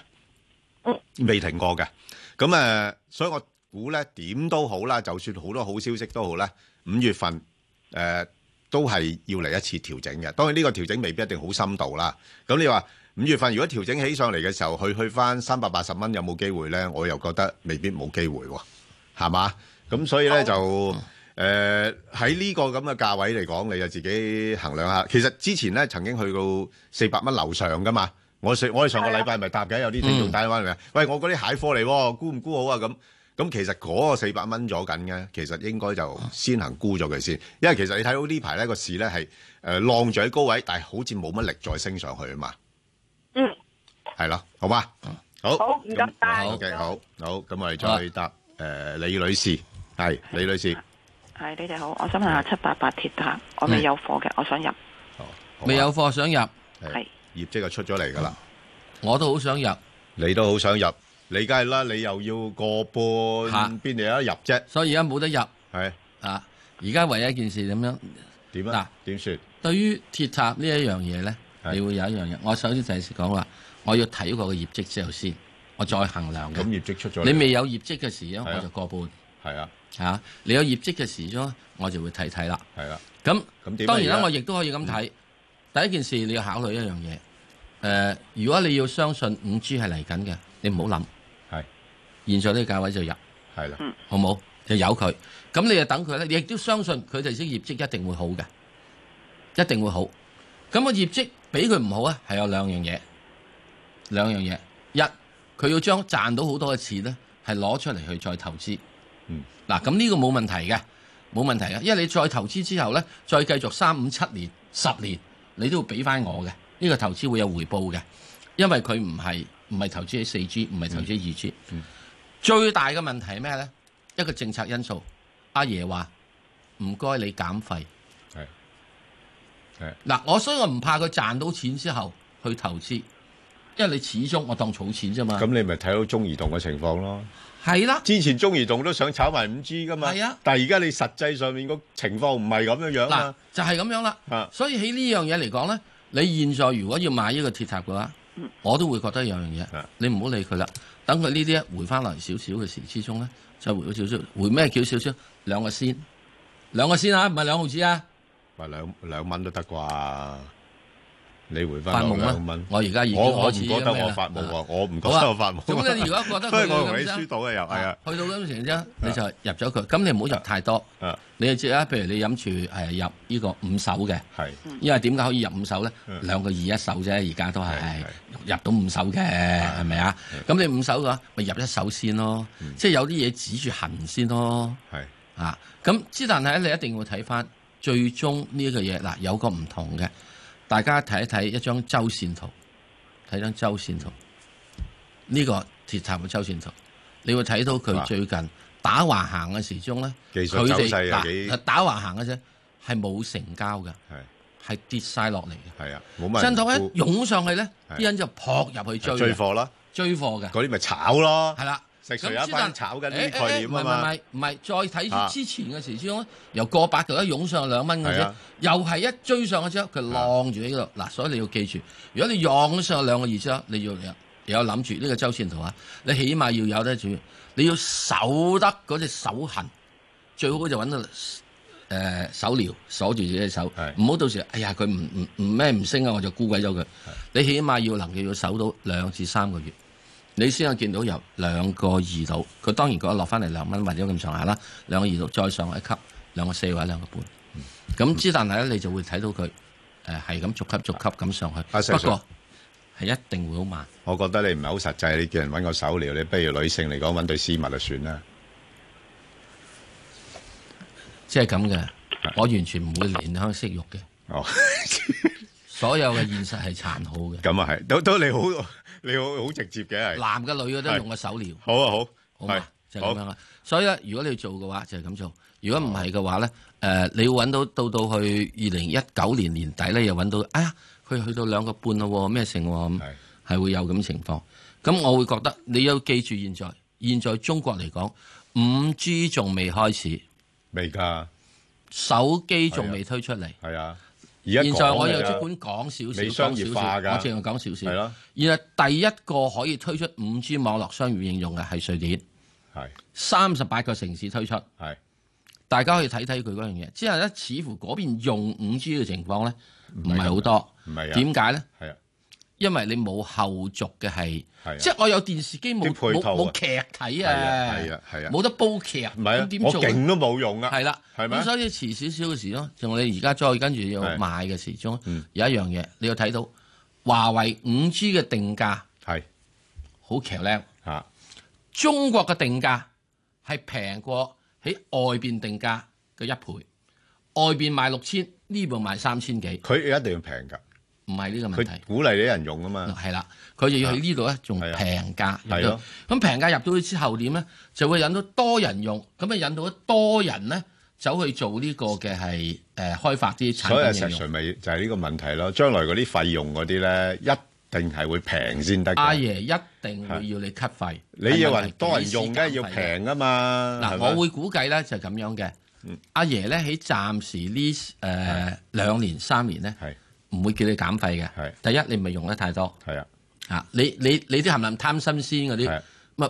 Speaker 2: 未停過嘅。咁誒、呃所以我估咧點都好啦，就算好多好消息都好啦，五月份誒、呃都係要嚟一次調整嘅。當然呢個調整未必一定好深度啦。咁你話五月份如果調整起上嚟嘅時候，去去翻三百八十蚊有冇機會咧？我又覺得未必冇機會喎，係嘛？咁所以咧就。誒喺呢個咁嘅價位嚟講，你就自己衡量下。其實之前咧曾經去到四百蚊樓上噶嘛，我上我哋上個禮拜咪答嘅，有啲聽眾打電話嚟，喂我嗰啲蟹貨嚟喎，沽唔沽好啊咁。咁其實嗰個四百蚊咗緊嘅，其實應該就先行沽咗佢先，因為其實你睇到呢排咧個市咧係誒浪住喺高位，但係好似冇乜力再升上去啊嘛。
Speaker 4: 嗯，
Speaker 2: 係咯，好嘛，好，
Speaker 4: 好唔該晒
Speaker 2: 咁 OK，好好，咁我哋再答誒李女士，係李女士，
Speaker 5: 係你哋好，我想問下七八八鐵塔，我
Speaker 2: 嗯
Speaker 5: 未有貨嘅，我想入，
Speaker 2: 好好啊
Speaker 1: 未有貨想入，
Speaker 2: 係
Speaker 5: 係
Speaker 2: 業績就出咗嚟㗎啦，
Speaker 1: 我都好想入，
Speaker 2: 你都好想入，你梗係啦，你又要個
Speaker 1: 嚇
Speaker 2: 半邊你有得入啫，
Speaker 1: 所以而家冇得入
Speaker 2: 係
Speaker 1: 啊！而家唯一一件事點樣？
Speaker 2: 點啊？點算？
Speaker 1: 對於鐵塔呢一樣嘢咧，
Speaker 2: 係
Speaker 1: 你會有一樣嘢。我首先就係講話，我要睇過個業績之後先，我再衡量
Speaker 2: 咁
Speaker 1: 嘅。
Speaker 2: 業績出咗
Speaker 1: 你
Speaker 2: 嚟，
Speaker 1: 未有業績嘅時鐘，
Speaker 2: 係啊
Speaker 1: 我就過半
Speaker 2: 係啊
Speaker 1: 嚇、你有業績嘅時鐘，我就會睇睇啦。
Speaker 2: 係啊，
Speaker 1: 咁
Speaker 2: 咁點啊
Speaker 1: 當然
Speaker 2: 而
Speaker 1: 啦，
Speaker 2: 家嗯
Speaker 1: 我亦都可以咁睇。第一件事你要考慮一樣嘢，誒、如果你要相信五 G 係嚟緊嘅，你唔好諗。
Speaker 2: 係
Speaker 1: 現在呢個價位就入，
Speaker 2: 係啦，
Speaker 1: 好冇就由佢。咁你就等佢咧，你亦都相信佢哋啲業績一定會好嘅，一定會好。咁個業績俾佢唔好啊，係有兩樣嘢，兩樣嘢。一，佢要將賺到好多嘅錢咧，係攞出嚟去再投資。
Speaker 2: 嗯，
Speaker 1: 嗱，咁呢個冇問題嘅，冇問題嘅，因為你再投資之後咧，再繼續三五七年、十年，你都要俾翻我嘅，呢、個投資會有回報嘅，因為佢唔係唔係投資喺四 G，唔係投資喺二 G。最
Speaker 2: 嗯
Speaker 1: 大嘅問題係咩咧？一個政策因素，阿爺話唔該你減費。
Speaker 2: 係係
Speaker 1: 嗱，我所以我唔怕佢賺到錢之後去投資，因為你始終我當儲錢啫嘛。
Speaker 2: 咁你咪睇到中移動嘅情況咯。
Speaker 1: 係啦，
Speaker 2: 之前中移動都想炒埋五 G 噶嘛，
Speaker 1: 係啊
Speaker 2: 但係而家你實際上面個情況唔係咁樣樣
Speaker 1: 嗱
Speaker 2: 啊
Speaker 1: 就係咁樣啦。
Speaker 2: 嘛，
Speaker 1: 所以喺呢樣嘢嚟講咧，你現在如果要買呢個鐵塔嘅話，
Speaker 2: 嗯
Speaker 1: 我都會覺得有樣嘢
Speaker 2: 係，
Speaker 1: 你唔好理佢啦。等佢呢啲一回翻嚟少少嘅時之中咧，再回咗少少，回咩叫少少？兩個先，兩個先啊，唔係兩毫子啊，
Speaker 2: 咪兩兩蚊都得啩？你回
Speaker 1: 發
Speaker 2: 翻我
Speaker 1: 夢
Speaker 2: 兩
Speaker 1: 啦
Speaker 2: 蚊！，
Speaker 1: 我而家已經
Speaker 2: 我我唔
Speaker 1: 開始
Speaker 2: 覺得
Speaker 1: 咁樣
Speaker 2: 我
Speaker 1: 啦
Speaker 2: 發夢
Speaker 1: 啊
Speaker 2: 喎，我唔覺
Speaker 1: 好啊
Speaker 2: 得我發夢。
Speaker 1: 咁你如果覺得佢
Speaker 2: 所以我同你
Speaker 1: 咁啫
Speaker 2: 輸到嘅又係啊，
Speaker 1: 去到咁程啫，你就入咗佢。咁你唔好入太多
Speaker 2: 啊，
Speaker 1: 你就知啦。譬如你飲住誒入呢個五手嘅，
Speaker 2: 係
Speaker 1: 因為點解可以入五手咧
Speaker 2: 嗯？
Speaker 1: 兩個二一手啫，而家都係
Speaker 2: 係
Speaker 1: 入到五手嘅，係咪啊？咁你五手嘅話，咪入一手先咯，
Speaker 2: 嗯
Speaker 1: 即係有啲嘢指住行先咯。
Speaker 2: 係
Speaker 1: 啊，咁之但係咧，你一定要睇翻最終呢一個嘢嗱，有個唔同嘅，大家睇一睇一張周線圖，睇張周線圖，呢、個鐵塔嘅周線圖，你會睇到佢
Speaker 2: 啊
Speaker 1: 最近打橫行嘅時鐘咧，
Speaker 2: 技術
Speaker 1: 佢
Speaker 2: 走
Speaker 1: 哋
Speaker 2: 勢啊
Speaker 1: 嗱
Speaker 2: 幾
Speaker 1: 打橫行嘅啫，係冇成交嘅，
Speaker 2: 係
Speaker 1: 係跌晒落嚟嘅。
Speaker 2: 係啊，冇乜
Speaker 1: 新土
Speaker 2: 人
Speaker 1: 一湧上去咧，
Speaker 2: 係
Speaker 1: 啲人就撲入去追嘅
Speaker 2: 沽追貨啦，
Speaker 1: 追貨嘅，
Speaker 2: 嗰啲咪炒咯
Speaker 1: 係，啦。
Speaker 2: 食
Speaker 1: 咁
Speaker 2: 水一
Speaker 1: 之但
Speaker 2: 班炒緊呢
Speaker 1: 誒
Speaker 2: 啲概念啊
Speaker 1: 誒誒，唔係唔
Speaker 2: 嘛
Speaker 1: 係，唔係再睇
Speaker 2: 啊
Speaker 1: 住之前嘅時之中，由過百度一湧上兩蚊嘅
Speaker 2: 係
Speaker 1: 啫
Speaker 2: 啊，
Speaker 1: 又係一追上嘅啫，佢浪住喺度。嗱，所以你要記住，如果你浪上兩個二之後，你要有有諗住呢個周線圖啊，你起碼要有得住，你要守得嗰隻手痕，最好就揾到。誒手療鎖住自己隻手
Speaker 2: 係，
Speaker 1: 唔好到時，哎呀佢唔唔唔咩唔升啊，我就沽鬼咗佢。你起碼要能夠要守到兩至三個月，你先有見到由兩個二度，佢當然嗰日落翻嚟兩蚊或者咁上下啦，兩個二度再上一級兩個四或者兩個半，
Speaker 2: 嗯
Speaker 1: 咁之但係咧你就會睇到佢誒係咁逐級逐級咁上去，
Speaker 2: 啊阿石
Speaker 1: 不
Speaker 2: Sir
Speaker 1: 過係一定會好慢。
Speaker 2: 我覺得你唔係好實際，你叫人揾個手療，你不如女性嚟講揾對絲襪就算啦。
Speaker 1: 即係咁嘅，我完全唔會憐香惜玉嘅，
Speaker 2: 哦，
Speaker 1: 所有嘅現實係殘酷嘅，
Speaker 2: 咁啊係，都都你好，你好好直接嘅係。
Speaker 1: 男嘅女嘅都用個手療。
Speaker 2: 好啊好，
Speaker 1: 好嘛
Speaker 2: 係，
Speaker 1: 就係
Speaker 2: 好
Speaker 1: 咁樣啦。所以咧，如果你要做嘅話，就係咁做；如果唔係嘅話咧，誒、你要揾到到到去二零一九年年底咧，又揾到，哎呀，佢去到兩個半咯喎，咩成喎咁
Speaker 2: 係，
Speaker 1: 係會有咁情況。咁我會覺得你要記住，現在現在中國嚟講，五 G 仲未開始，
Speaker 2: 未㗎，
Speaker 1: 手機仲未推出嚟。
Speaker 2: 係啊，而家
Speaker 1: 現在我
Speaker 2: 講
Speaker 1: 又
Speaker 2: 㗎
Speaker 1: 即
Speaker 2: 咋
Speaker 1: 管講少少，
Speaker 2: 未
Speaker 1: 講
Speaker 2: 商業
Speaker 1: 少少，
Speaker 2: 化㗎
Speaker 1: 我淨係講少少。
Speaker 2: 係咯，
Speaker 1: 而係第一個可以推出五 G 網絡商業應用嘅係瑞典，
Speaker 2: 係
Speaker 1: 三十八個城市推出。
Speaker 2: 係
Speaker 1: 大家可以睇睇佢嗰樣嘢。之後咧，似乎嗰邊用五 G 嘅情況咧，唔
Speaker 2: 係
Speaker 1: 係好多。
Speaker 2: 唔係啊
Speaker 1: 點解咧？
Speaker 2: 係啊
Speaker 1: 因為你冇後續嘅係
Speaker 2: 係啊，
Speaker 1: 即係我有電視機冇
Speaker 2: 啲配
Speaker 1: 冇
Speaker 2: 套啊
Speaker 1: 冇劇睇
Speaker 2: 係啊
Speaker 1: 啊，
Speaker 2: 係啊係啊
Speaker 1: 冇得煲劇，
Speaker 2: 唔係
Speaker 1: 咁
Speaker 2: 啊
Speaker 1: 點，
Speaker 2: 我
Speaker 1: 做咧？
Speaker 2: 勁都冇用啊，
Speaker 1: 係啦，
Speaker 2: 係咪
Speaker 1: 咁所以遲少少嘅時鐘，仲你而家再跟住要
Speaker 2: 係
Speaker 1: 買嘅時鐘
Speaker 2: 嗯，
Speaker 1: 有一樣嘢你要睇到華為五 G 嘅定價
Speaker 2: 係
Speaker 1: 好騎呢，
Speaker 2: 嚇
Speaker 1: 中國嘅定價係平過喺外邊定價嘅一倍，外邊賣六千，呢邊賣三千幾，
Speaker 2: 佢一定要平㗎，
Speaker 1: 唔係呢個問
Speaker 2: 佢
Speaker 1: 題。
Speaker 2: 鼓勵啲人用啊嘛，
Speaker 1: 係啦，佢就要喺呢度咧，仲
Speaker 2: 係啊
Speaker 1: 平價
Speaker 2: 係
Speaker 1: 入到
Speaker 2: 咯。
Speaker 1: 咁平價入到去之後點咧，就會引到多人用，咁啊引到多人咧走去做呢個嘅係誒開發啲
Speaker 2: 所以阿
Speaker 1: 產
Speaker 2: 石
Speaker 1: 品應
Speaker 2: Sir
Speaker 1: 用。
Speaker 2: 咪就係呢個問題咯，將來嗰啲費用嗰啲咧，一定係會平先得㗎。
Speaker 1: 阿爺一定會要你 cut 費，
Speaker 2: 你要
Speaker 1: 係問
Speaker 2: 人
Speaker 1: 題
Speaker 2: 多人
Speaker 1: 幾時
Speaker 2: 用，梗係要
Speaker 1: 減費嘅
Speaker 2: 平啊嘛。
Speaker 1: 嗱，
Speaker 2: 係咪嗯
Speaker 1: 我會估計咧就係咁樣嘅。阿爺咧喺暫時呢誒兩年三年咧，
Speaker 2: 係
Speaker 1: 唔會叫你減費嘅
Speaker 2: 係。
Speaker 1: 第一，你唔係用得太多
Speaker 2: 係啊，
Speaker 1: 嚇，你你你啲冚唪唥貪新鮮嗰
Speaker 2: 係
Speaker 1: 啲，咪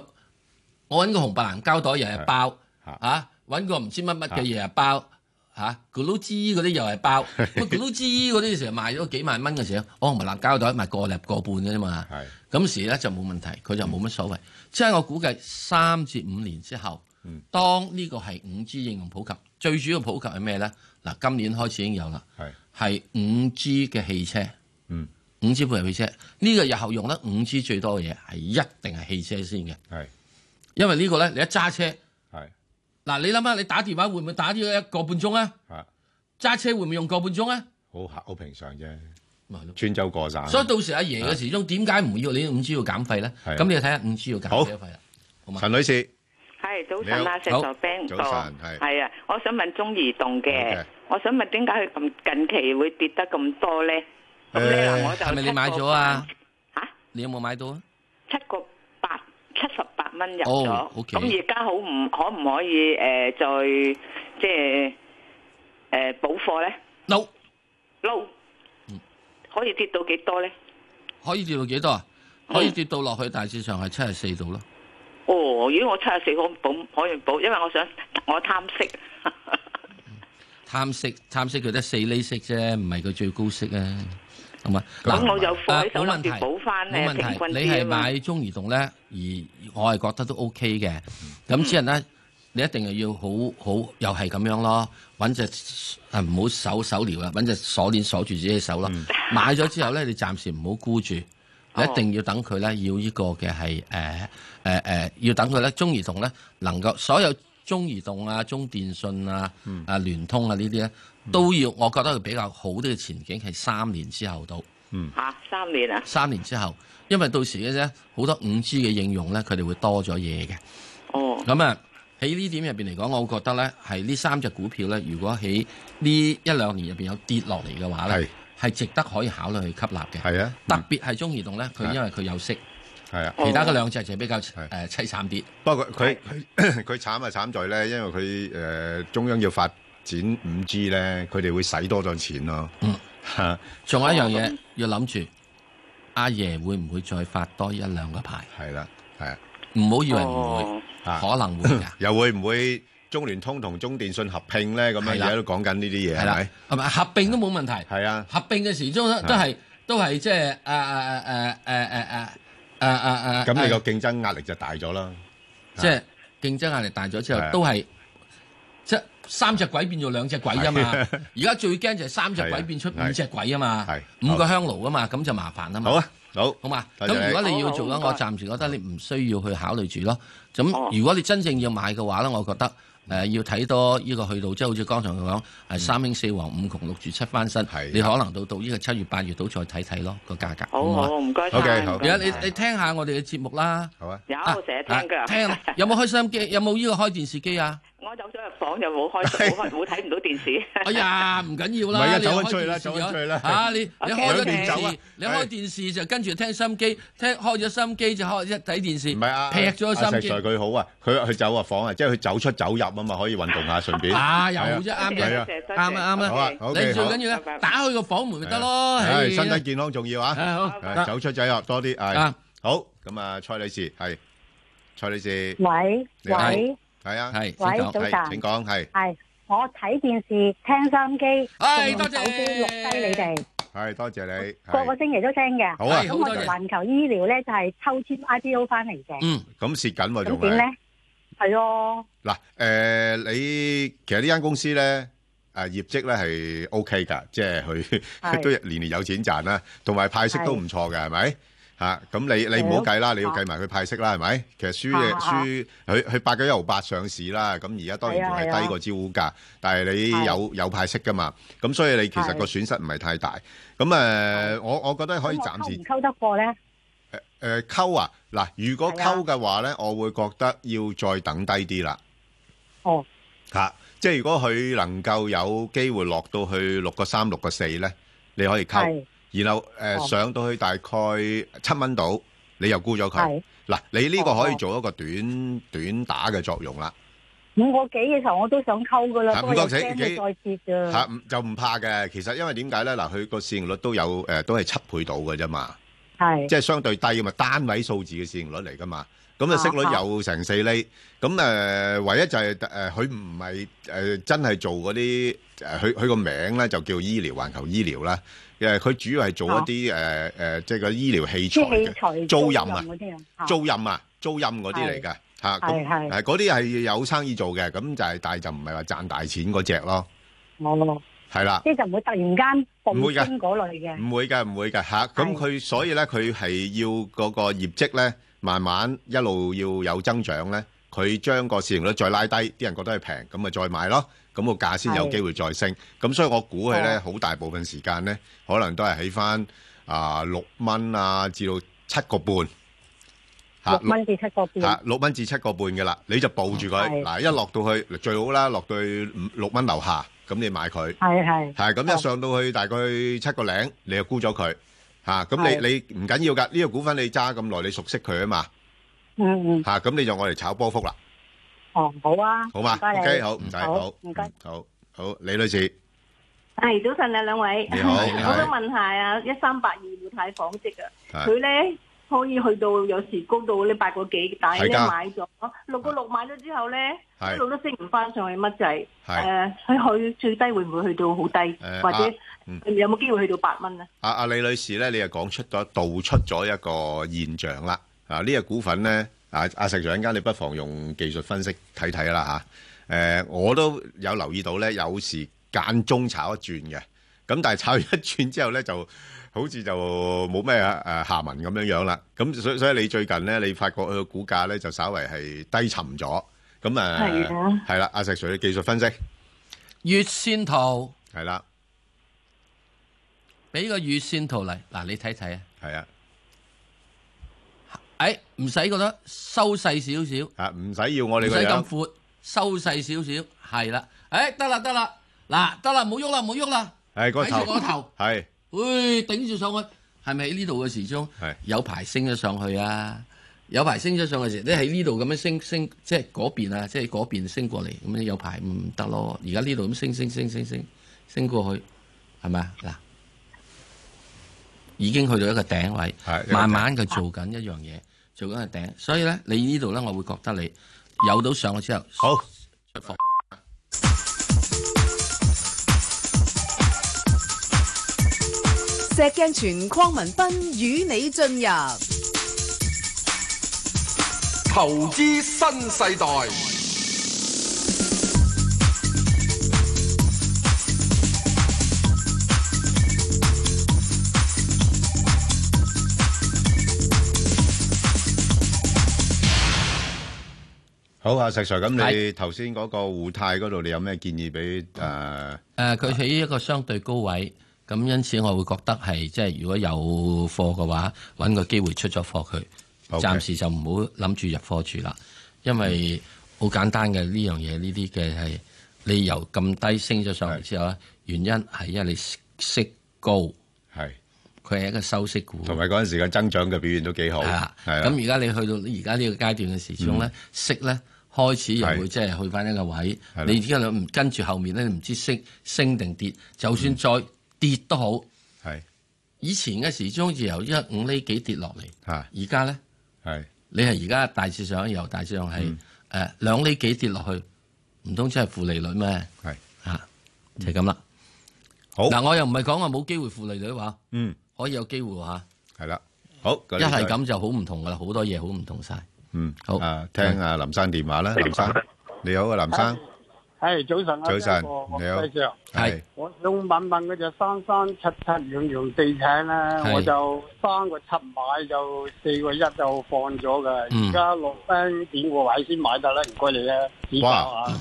Speaker 1: 我揾個紅白藍膠袋又係包
Speaker 2: 係
Speaker 1: 嚇，揾個唔知乜乜嘅嘢又包嚇，咕嚕支嗰啲又係包， 乜咕嚕支嗰啲時候賣咗幾萬蚊嘅時候，我紅白藍膠袋賣個零個半嘅啫嘛，
Speaker 2: 係
Speaker 1: 咁時咧就冇問題，佢就冇乜所謂。即係我估計三至五年之後
Speaker 2: 嗯，
Speaker 1: 當呢個係五 G 應用普及，最主要普及係咩咧？嗱，今年開始已經有啦，
Speaker 2: 係
Speaker 1: 係五 G 嘅汽車，
Speaker 2: 嗯，
Speaker 1: 五 G 配合汽車，呢、個日後用得五 G 最多嘅嘢係一定係汽車先嘅，
Speaker 2: 係
Speaker 1: 因為呢個咧你一揸車，
Speaker 2: 係
Speaker 1: 嗱你諗下你打電話會唔會打呢一個半鐘啊？
Speaker 2: 嚇，
Speaker 1: 揸車會唔會用個半鐘啊？
Speaker 2: 好客好平常啫，
Speaker 1: 咪係咯
Speaker 2: 穿州過省。
Speaker 1: 所以到時阿爺嘅時鐘點解唔要你五 G 要減費咧？
Speaker 2: 係啊
Speaker 1: 咁你就睇下五 G 要減幾多費啦。啊好嘛
Speaker 2: 陳女士
Speaker 5: 係早晨啊，石
Speaker 1: 好
Speaker 5: Sir Ben
Speaker 2: 早
Speaker 5: 哥，
Speaker 2: 晨係
Speaker 5: 係啊，我想問中移動
Speaker 2: 好嘅
Speaker 5: 嘅，我想問點解佢咁近期會跌得咁多咧？咁咧
Speaker 2: 誒
Speaker 5: 嗱，我就
Speaker 1: 係咪你買咗啊？
Speaker 5: 七個八？
Speaker 1: 你有冇買到啊？
Speaker 6: 七個八七十八蚊入
Speaker 1: 哦
Speaker 6: 咗，
Speaker 1: ，OK
Speaker 6: 咁而家好唔可唔可以誒再即係誒補貨咧？
Speaker 1: no
Speaker 6: 撈可以跌到幾多咧？
Speaker 1: 可以跌到幾多啊？
Speaker 6: 嗯
Speaker 1: 可以跌到落去大致上係七十四度咯。
Speaker 6: 哦，如果我七十四可唔補可以補，因為我想我貪息。
Speaker 1: 貪息貪息佢得四厘息啫，唔係佢最高息啊。咁啊，
Speaker 6: 咁我有
Speaker 1: 啊
Speaker 6: 貨喺手
Speaker 1: 冇問
Speaker 6: 諗
Speaker 1: 題
Speaker 6: 住補翻
Speaker 1: 冇
Speaker 6: 誒
Speaker 1: 問
Speaker 6: 平
Speaker 1: 題，
Speaker 6: 均
Speaker 1: 你
Speaker 6: 啲啊
Speaker 1: 係
Speaker 6: 嘛。
Speaker 1: 買中移動咧，而我係覺得都 OK 嘅。
Speaker 6: 嗯
Speaker 1: 咁只係咧，你一定係要好好又係咁樣咯，揾隻誒唔好手手撩啦，揾隻鎖鏈鎖住自己嘅手咯。
Speaker 6: 嗯
Speaker 1: 買咗之後咧，你暫時唔好沽住，你一
Speaker 6: 哦
Speaker 1: 定要等佢咧，要呢個嘅係誒誒誒，要等佢咧，中移動咧能夠所有中移動啊、中電信啊、啊聯通啊呢啲咧，都要我覺得佢比較好啲嘅前景係三年之後到。
Speaker 6: 嚇三年啊！
Speaker 1: 三年之後，因為到時嘅啫，好多五 G 嘅應用咧，佢哋會多咗嘢嘅。
Speaker 6: 哦，
Speaker 1: 咁啊，喺呢點入邊嚟講，我覺得咧係呢三隻股票咧，如果喺呢一兩年入邊有跌落嚟嘅話咧，係值得可以考慮去吸納嘅。
Speaker 2: 係啊，
Speaker 1: 特別係中移動咧，佢因為佢有息，
Speaker 2: 係啊。
Speaker 1: 其他嗰兩隻就比較誒
Speaker 2: 係
Speaker 1: 凄慘啲。
Speaker 2: 不過佢-佢-佢慘就慘在呢，因為佢，呃，中央要發展 5G 呢，佢哋會使多咗錢咯。
Speaker 1: 嗯。仲有一樣嘢
Speaker 6: 哦
Speaker 1: 要諗住，阿爺會唔會再發多一兩個牌？
Speaker 2: 嚇，係啦，係啊。啊，
Speaker 1: 唔好以為唔會，
Speaker 6: 哦
Speaker 2: 啊
Speaker 1: 可能會 㗎。
Speaker 2: 又會唔會中聯通同中電信合併呢？咁樣
Speaker 1: 係啦。
Speaker 2: 而家都講緊呢啲嘢，
Speaker 1: 係啦，係咪合併都冇問題？
Speaker 2: 係咪？係啊，
Speaker 1: 合併嘅時鐘都都係都係即係啊誒誒誒誒誒誒誒啊誒誒誒，個
Speaker 2: 咁你個競爭壓力就大咗啦。
Speaker 1: 啊即係競爭壓力大咗之後
Speaker 2: 啊係啊，
Speaker 1: 都係即係三隻鬼變做兩隻鬼啊嘛！而家最驚就係三隻
Speaker 2: 係
Speaker 1: 鬼
Speaker 2: 啊
Speaker 1: 變出
Speaker 2: 係
Speaker 1: 五隻鬼啊嘛
Speaker 2: 係，
Speaker 1: 五個香爐啊嘛，咁就麻煩啊嘛。
Speaker 2: 好啊，好。
Speaker 1: 好嘛？
Speaker 2: 多
Speaker 1: 咁
Speaker 2: 謝你
Speaker 1: 如果你要做咧，
Speaker 6: 好好
Speaker 1: 我
Speaker 6: 唔該
Speaker 1: 暫時覺得你唔需要去考慮住咯。
Speaker 6: 哦
Speaker 1: 咁如果你真正要買嘅話咧，我覺得誒、
Speaker 2: 嗯
Speaker 1: 呃要睇多呢個去到，即係好似剛才佢講，係三興四黃五窮六住七翻身
Speaker 2: 係，
Speaker 1: 你可能到到呢個七月八月度再睇睇咯個價格。
Speaker 6: 哦好
Speaker 1: 嘛
Speaker 6: 好唔該
Speaker 2: OK，
Speaker 6: 晒。
Speaker 2: 好
Speaker 1: 而
Speaker 6: 唔該
Speaker 1: 家
Speaker 6: 晒
Speaker 1: 你你聽下我哋嘅節目啦。
Speaker 2: 好啊。
Speaker 6: 有我成日聽
Speaker 1: 啊
Speaker 6: 㗎。
Speaker 1: 聽有冇開收音機？有冇呢個開電視機 啊？
Speaker 6: 我走咗入房 又冇開，冇開冇睇唔到電視。
Speaker 1: 哎呀，唔緊要
Speaker 2: 唔係
Speaker 1: 啦，
Speaker 2: 啊
Speaker 1: 你
Speaker 2: 走
Speaker 1: 開
Speaker 2: 緊出去
Speaker 1: 電
Speaker 2: 啦
Speaker 1: 視
Speaker 2: 走緊
Speaker 1: 有
Speaker 2: 出去啦
Speaker 1: 啊，你你
Speaker 6: OK，
Speaker 1: 開咗
Speaker 6: 兩邊
Speaker 2: 走
Speaker 1: 電
Speaker 2: 啊
Speaker 1: 視，你開
Speaker 2: 係
Speaker 1: 電視就跟住聽心機，聽開咗心機就開一睇電視，
Speaker 2: 唔係啊，
Speaker 1: 劈咗
Speaker 2: 阿-
Speaker 1: 心機。
Speaker 2: 阿石Sir佢好啊，佢-佢走啊房啊，即係佢走出走入啊嘛，可以運動下，順便。
Speaker 1: 啊，又好啫，啱
Speaker 2: 係
Speaker 1: 嘅
Speaker 2: 啊，
Speaker 6: 多謝
Speaker 1: 啱啊啱
Speaker 2: 好啊
Speaker 1: 啊，
Speaker 2: 好
Speaker 1: 你
Speaker 2: 嘅
Speaker 1: 最
Speaker 2: 好
Speaker 1: 緊要
Speaker 6: 拜
Speaker 1: 咧
Speaker 6: 拜，
Speaker 1: 打開個房門咪得咯，
Speaker 2: 係，
Speaker 1: 係
Speaker 2: 身體健康重要啊。
Speaker 1: 啊好
Speaker 2: 係，
Speaker 1: 得
Speaker 2: 走出走入多啲，係。
Speaker 1: 啊，
Speaker 2: 好，咁啊，蔡女士，係。蔡女士，
Speaker 7: 喂
Speaker 2: 你好
Speaker 7: 喂，
Speaker 2: 係啊，
Speaker 1: 係
Speaker 7: 喂
Speaker 1: 先講
Speaker 7: 早晨。
Speaker 2: 係，請講，係，
Speaker 7: 系我睇電視、聽收音機，
Speaker 1: 唉
Speaker 7: 仲用
Speaker 1: 多謝
Speaker 7: 手機錄低你哋，
Speaker 2: 係，多謝你，
Speaker 7: 個個星期都聽嘅。
Speaker 2: 好啊
Speaker 1: 係
Speaker 7: 咁
Speaker 1: 好
Speaker 7: 我
Speaker 1: 多
Speaker 7: 哋
Speaker 1: 謝，
Speaker 7: 環球醫療咧就係抽籤 IPO 翻嚟嘅，
Speaker 1: 嗯，
Speaker 2: 係，咁蝕緊喎，仲係。
Speaker 7: 咁點咧？係咯，
Speaker 2: 嗱，誒，你-其實呢間公司呢，誒，業績呢係OK㗎，即係佢
Speaker 7: 係。
Speaker 2: 都年年有錢賺啦，同埋派息都
Speaker 7: 係。
Speaker 2: 唔錯嘅，係咪？嚇，咁你-你唔好計啦，你要計埋佢派息啦，係咪？其實輸嘅-
Speaker 7: 啊，啊，啊。
Speaker 2: 輸-佢-佢891上市啦，咁而家當然
Speaker 7: 係啊，
Speaker 2: 仲係
Speaker 7: 係啊。
Speaker 2: 低過招股價，但係你
Speaker 7: 係。
Speaker 2: 有-有派息㗎嘛，咁所以你其實
Speaker 7: 係。
Speaker 2: 個損失唔係太大。咁，誒，我-我覺得可以
Speaker 7: 咁我
Speaker 2: 暫時
Speaker 7: 溝唔溝得過咧？
Speaker 2: 誒溝啊！嗱，如果
Speaker 7: 係啊
Speaker 2: 溝嘅話咧，我會覺得要再等低啲啦。
Speaker 7: 哦，
Speaker 2: 嚇、即係如果佢能夠有機會落到去六個三、六個四咧，你可以溝，
Speaker 7: 係
Speaker 2: 然後誒、呃
Speaker 7: 哦
Speaker 2: 上到去大概七蚊度，你又沽咗佢。
Speaker 7: 係。
Speaker 2: 嗱，你呢個
Speaker 7: 哦
Speaker 2: 可以做一個短短打嘅作用啦。
Speaker 7: 五個幾嘅時候我都想溝噶
Speaker 2: 啊
Speaker 7: 啦，不過
Speaker 2: 五個
Speaker 7: 又
Speaker 2: 幾
Speaker 7: 驚
Speaker 2: 幾
Speaker 7: 佢再跌
Speaker 2: 嚇、
Speaker 7: 啊。
Speaker 2: 唔就唔怕嘅。其實因為點解咧？嗱，佢個市盈率都有誒、呃都係七倍到嘅啫嘛。
Speaker 7: 係
Speaker 2: 即係相對低嘅嘛，單位數字嘅市盈率嚟噶嘛。咁啊，
Speaker 7: 啊
Speaker 2: 息率有成四厘。咁誒、呃唯一就係、誒，佢唔係誒真係做嗰啲誒，佢佢個名咧就叫醫療環球醫療啦。誒，佢主要係做一啲誒誒，即係個醫療器
Speaker 7: 啲
Speaker 2: 材
Speaker 7: 哦器
Speaker 2: 嘅
Speaker 7: 材
Speaker 2: 租賃啊
Speaker 7: 嗰啲啊，
Speaker 2: 租賃啊，租賃嗰啲嚟嘅嚇。咁呃
Speaker 7: 係係
Speaker 2: 誒嗰啲係有生意做嘅，咁就係但係就唔係話賺大錢嗰只咯，
Speaker 7: 我
Speaker 2: 係啦。
Speaker 7: 即係就唔會突然間暴
Speaker 2: 唔會㗎
Speaker 7: 升嗰類嘅。
Speaker 2: 唔會㗎，唔會㗎嚇。咁
Speaker 7: 係
Speaker 2: 佢所以咧，佢係要嗰個業績咧，慢慢一路要有增長咧，佢將個市盈率再拉低，啲人覺得係平，咁咪再買咯。咁個價先有
Speaker 7: 係
Speaker 2: 機會再升。咁所以我估佢咧，
Speaker 7: 哦
Speaker 2: 好大部分時間咧，可能都係喺翻啊六蚊啊，至到七個半嚇
Speaker 7: 六蚊至七個半，
Speaker 2: 嚇六蚊至七個半嘅啦，你就報住佢
Speaker 7: 係
Speaker 2: 嗱，一落到去最好啦，落到去五六蚊樓下，咁你買佢。
Speaker 7: 係係
Speaker 2: 係，咁一
Speaker 7: 哦。
Speaker 2: 上到去大概七個零，你就沽咗佢。吓咁你
Speaker 3: 係
Speaker 2: 你唔緊要㗎，呢個股份你揸咁耐，你熟悉佢啊嘛
Speaker 3: 嗯嗯，
Speaker 2: 吓，咁你就我嚟炒波幅啦，
Speaker 3: 哦，好啊，
Speaker 2: 好嘛
Speaker 3: 唔該你
Speaker 2: ？OK，好，唔使，
Speaker 3: 好
Speaker 2: 好，
Speaker 3: 唔該
Speaker 2: 嗯好好，李女士，
Speaker 4: 系早晨啊，兩位，
Speaker 2: 你好你好
Speaker 4: 我想問下啊，一三八二互太紡織啊，
Speaker 2: 係
Speaker 4: 佢咧可以去到有時高到呢八個幾，但係
Speaker 2: 係
Speaker 4: 咧
Speaker 2: 㗎
Speaker 4: 買咗六個六買咗之後咧，
Speaker 2: 係
Speaker 4: 一路都升唔翻上去乜滯，
Speaker 2: 係
Speaker 4: 誒佢去最低會唔會去到好低
Speaker 2: 誒，
Speaker 4: 或
Speaker 2: 啊
Speaker 4: 者
Speaker 2: 嗯
Speaker 4: 有冇機會去到八蚊啊？
Speaker 2: 阿阿李女士咧，你又講出咗道出咗一個現象啦。啊，呢、個股份咧，啊阿石 Sir，一陣間你不妨用技術分析睇睇啦吓，誒、我都有留意到咧，有時間中炒一轉嘅，咁但係炒完一轉之後咧，就好似就冇咩啊誒下文咁樣樣啦。咁所以所以你最近咧，你發覺佢個股價咧就稍為係低沉咗。咁啊，
Speaker 4: 係啊
Speaker 2: 係啦，阿石 Sir，你技術分析
Speaker 1: 月線圖，
Speaker 2: 係啦，
Speaker 1: 俾個月線圖嚟，嗱你睇睇啊，
Speaker 2: 係啊，
Speaker 1: 誒唔使覺得收細少少，唔
Speaker 2: 啊唔使要我哋個
Speaker 1: 使咁
Speaker 2: 樣，
Speaker 1: 闊，收細少少，係啦，誒得啦得啦，嗱得啦，唔好喐啦唔好喐啦，
Speaker 2: 係個
Speaker 1: 睇住個
Speaker 2: 頭，
Speaker 1: 頭，
Speaker 2: 係
Speaker 1: 誒頂住上去，係咪喺呢度嘅時鐘？
Speaker 2: 係。
Speaker 1: 有排升咗上去啊！有排升咗上去時，你喺呢度咁樣升升，即係嗰邊啊，即係嗰邊升過嚟，咁樣有排唔得咯。而家呢度咁升升升升升升過去，係咪啊？嗱，已經去到一個頂位
Speaker 2: 係一，個頂
Speaker 1: 慢慢佢做緊一樣嘢，做緊個頂。所以咧，你呢度咧，我會覺得你有到上去之後，
Speaker 2: 好，
Speaker 1: 出貨。
Speaker 8: 石鏡泉邝文斌與你進入
Speaker 9: 投資新世代，
Speaker 2: 好啊，石 Sir，咁你
Speaker 1: 係
Speaker 2: 頭先嗰個互泰嗰度，你有咩建議俾誒？
Speaker 1: 誒，佢喺一個相對高位，咁因此我會覺得係即係如果有貨嘅話，揾個機會出咗貨佢。
Speaker 2: OK
Speaker 1: 暫時就唔好諗住入貨住啦，因為好簡單嘅呢樣嘢，呢啲嘅係你由咁低升咗上嚟之後咧，原因係因為你息息高，
Speaker 2: 係，
Speaker 1: 佢係一個收息股。
Speaker 2: 同埋嗰陣時嘅增長嘅表現都幾好，
Speaker 1: 係啦，
Speaker 2: 係啦，
Speaker 1: 啊
Speaker 2: 嗯
Speaker 1: 咁而家你去到而家呢個階段嘅時鐘咧，息咧開始又會即係去翻一個位
Speaker 2: 係啦，
Speaker 1: 你而家兩唔跟住後面咧，你唔知息升定跌，就
Speaker 2: 嗯
Speaker 1: 算再跌都好，
Speaker 2: 係
Speaker 1: 以前嘅時鐘就由一五厘幾跌落嚟，
Speaker 2: 嚇
Speaker 1: 而家咧
Speaker 2: 係
Speaker 1: 你係而家大致上由大致上係
Speaker 2: 嗯
Speaker 1: 誒兩厘幾跌落去，唔通真係負利率咩？
Speaker 2: 係嗯
Speaker 1: 嚇，就係咁啦。
Speaker 2: 好，
Speaker 1: 嗱，我又唔係講話冇機會負利率話，
Speaker 2: 嗯
Speaker 1: 可以有機會嚇，
Speaker 2: 係啦，好，一
Speaker 1: 一係，咁就好唔同噶啦，好多嘢好唔同晒。
Speaker 2: 嗯
Speaker 1: 好
Speaker 2: 啊，聽阿林生電話啦，林生，你好啊，林生，
Speaker 10: 系早晨啊，
Speaker 2: 早晨
Speaker 10: 黃
Speaker 2: 你好
Speaker 10: 輝 Sir
Speaker 1: 係
Speaker 10: 我想问问嗰只三三七七远洋地产咧，
Speaker 1: 係
Speaker 10: 我就三个七買，就四個一就放咗噶，
Speaker 1: 嗯
Speaker 10: 而家落翻點個位先買得啦，唔該你啊，指教
Speaker 2: 哇
Speaker 10: 下。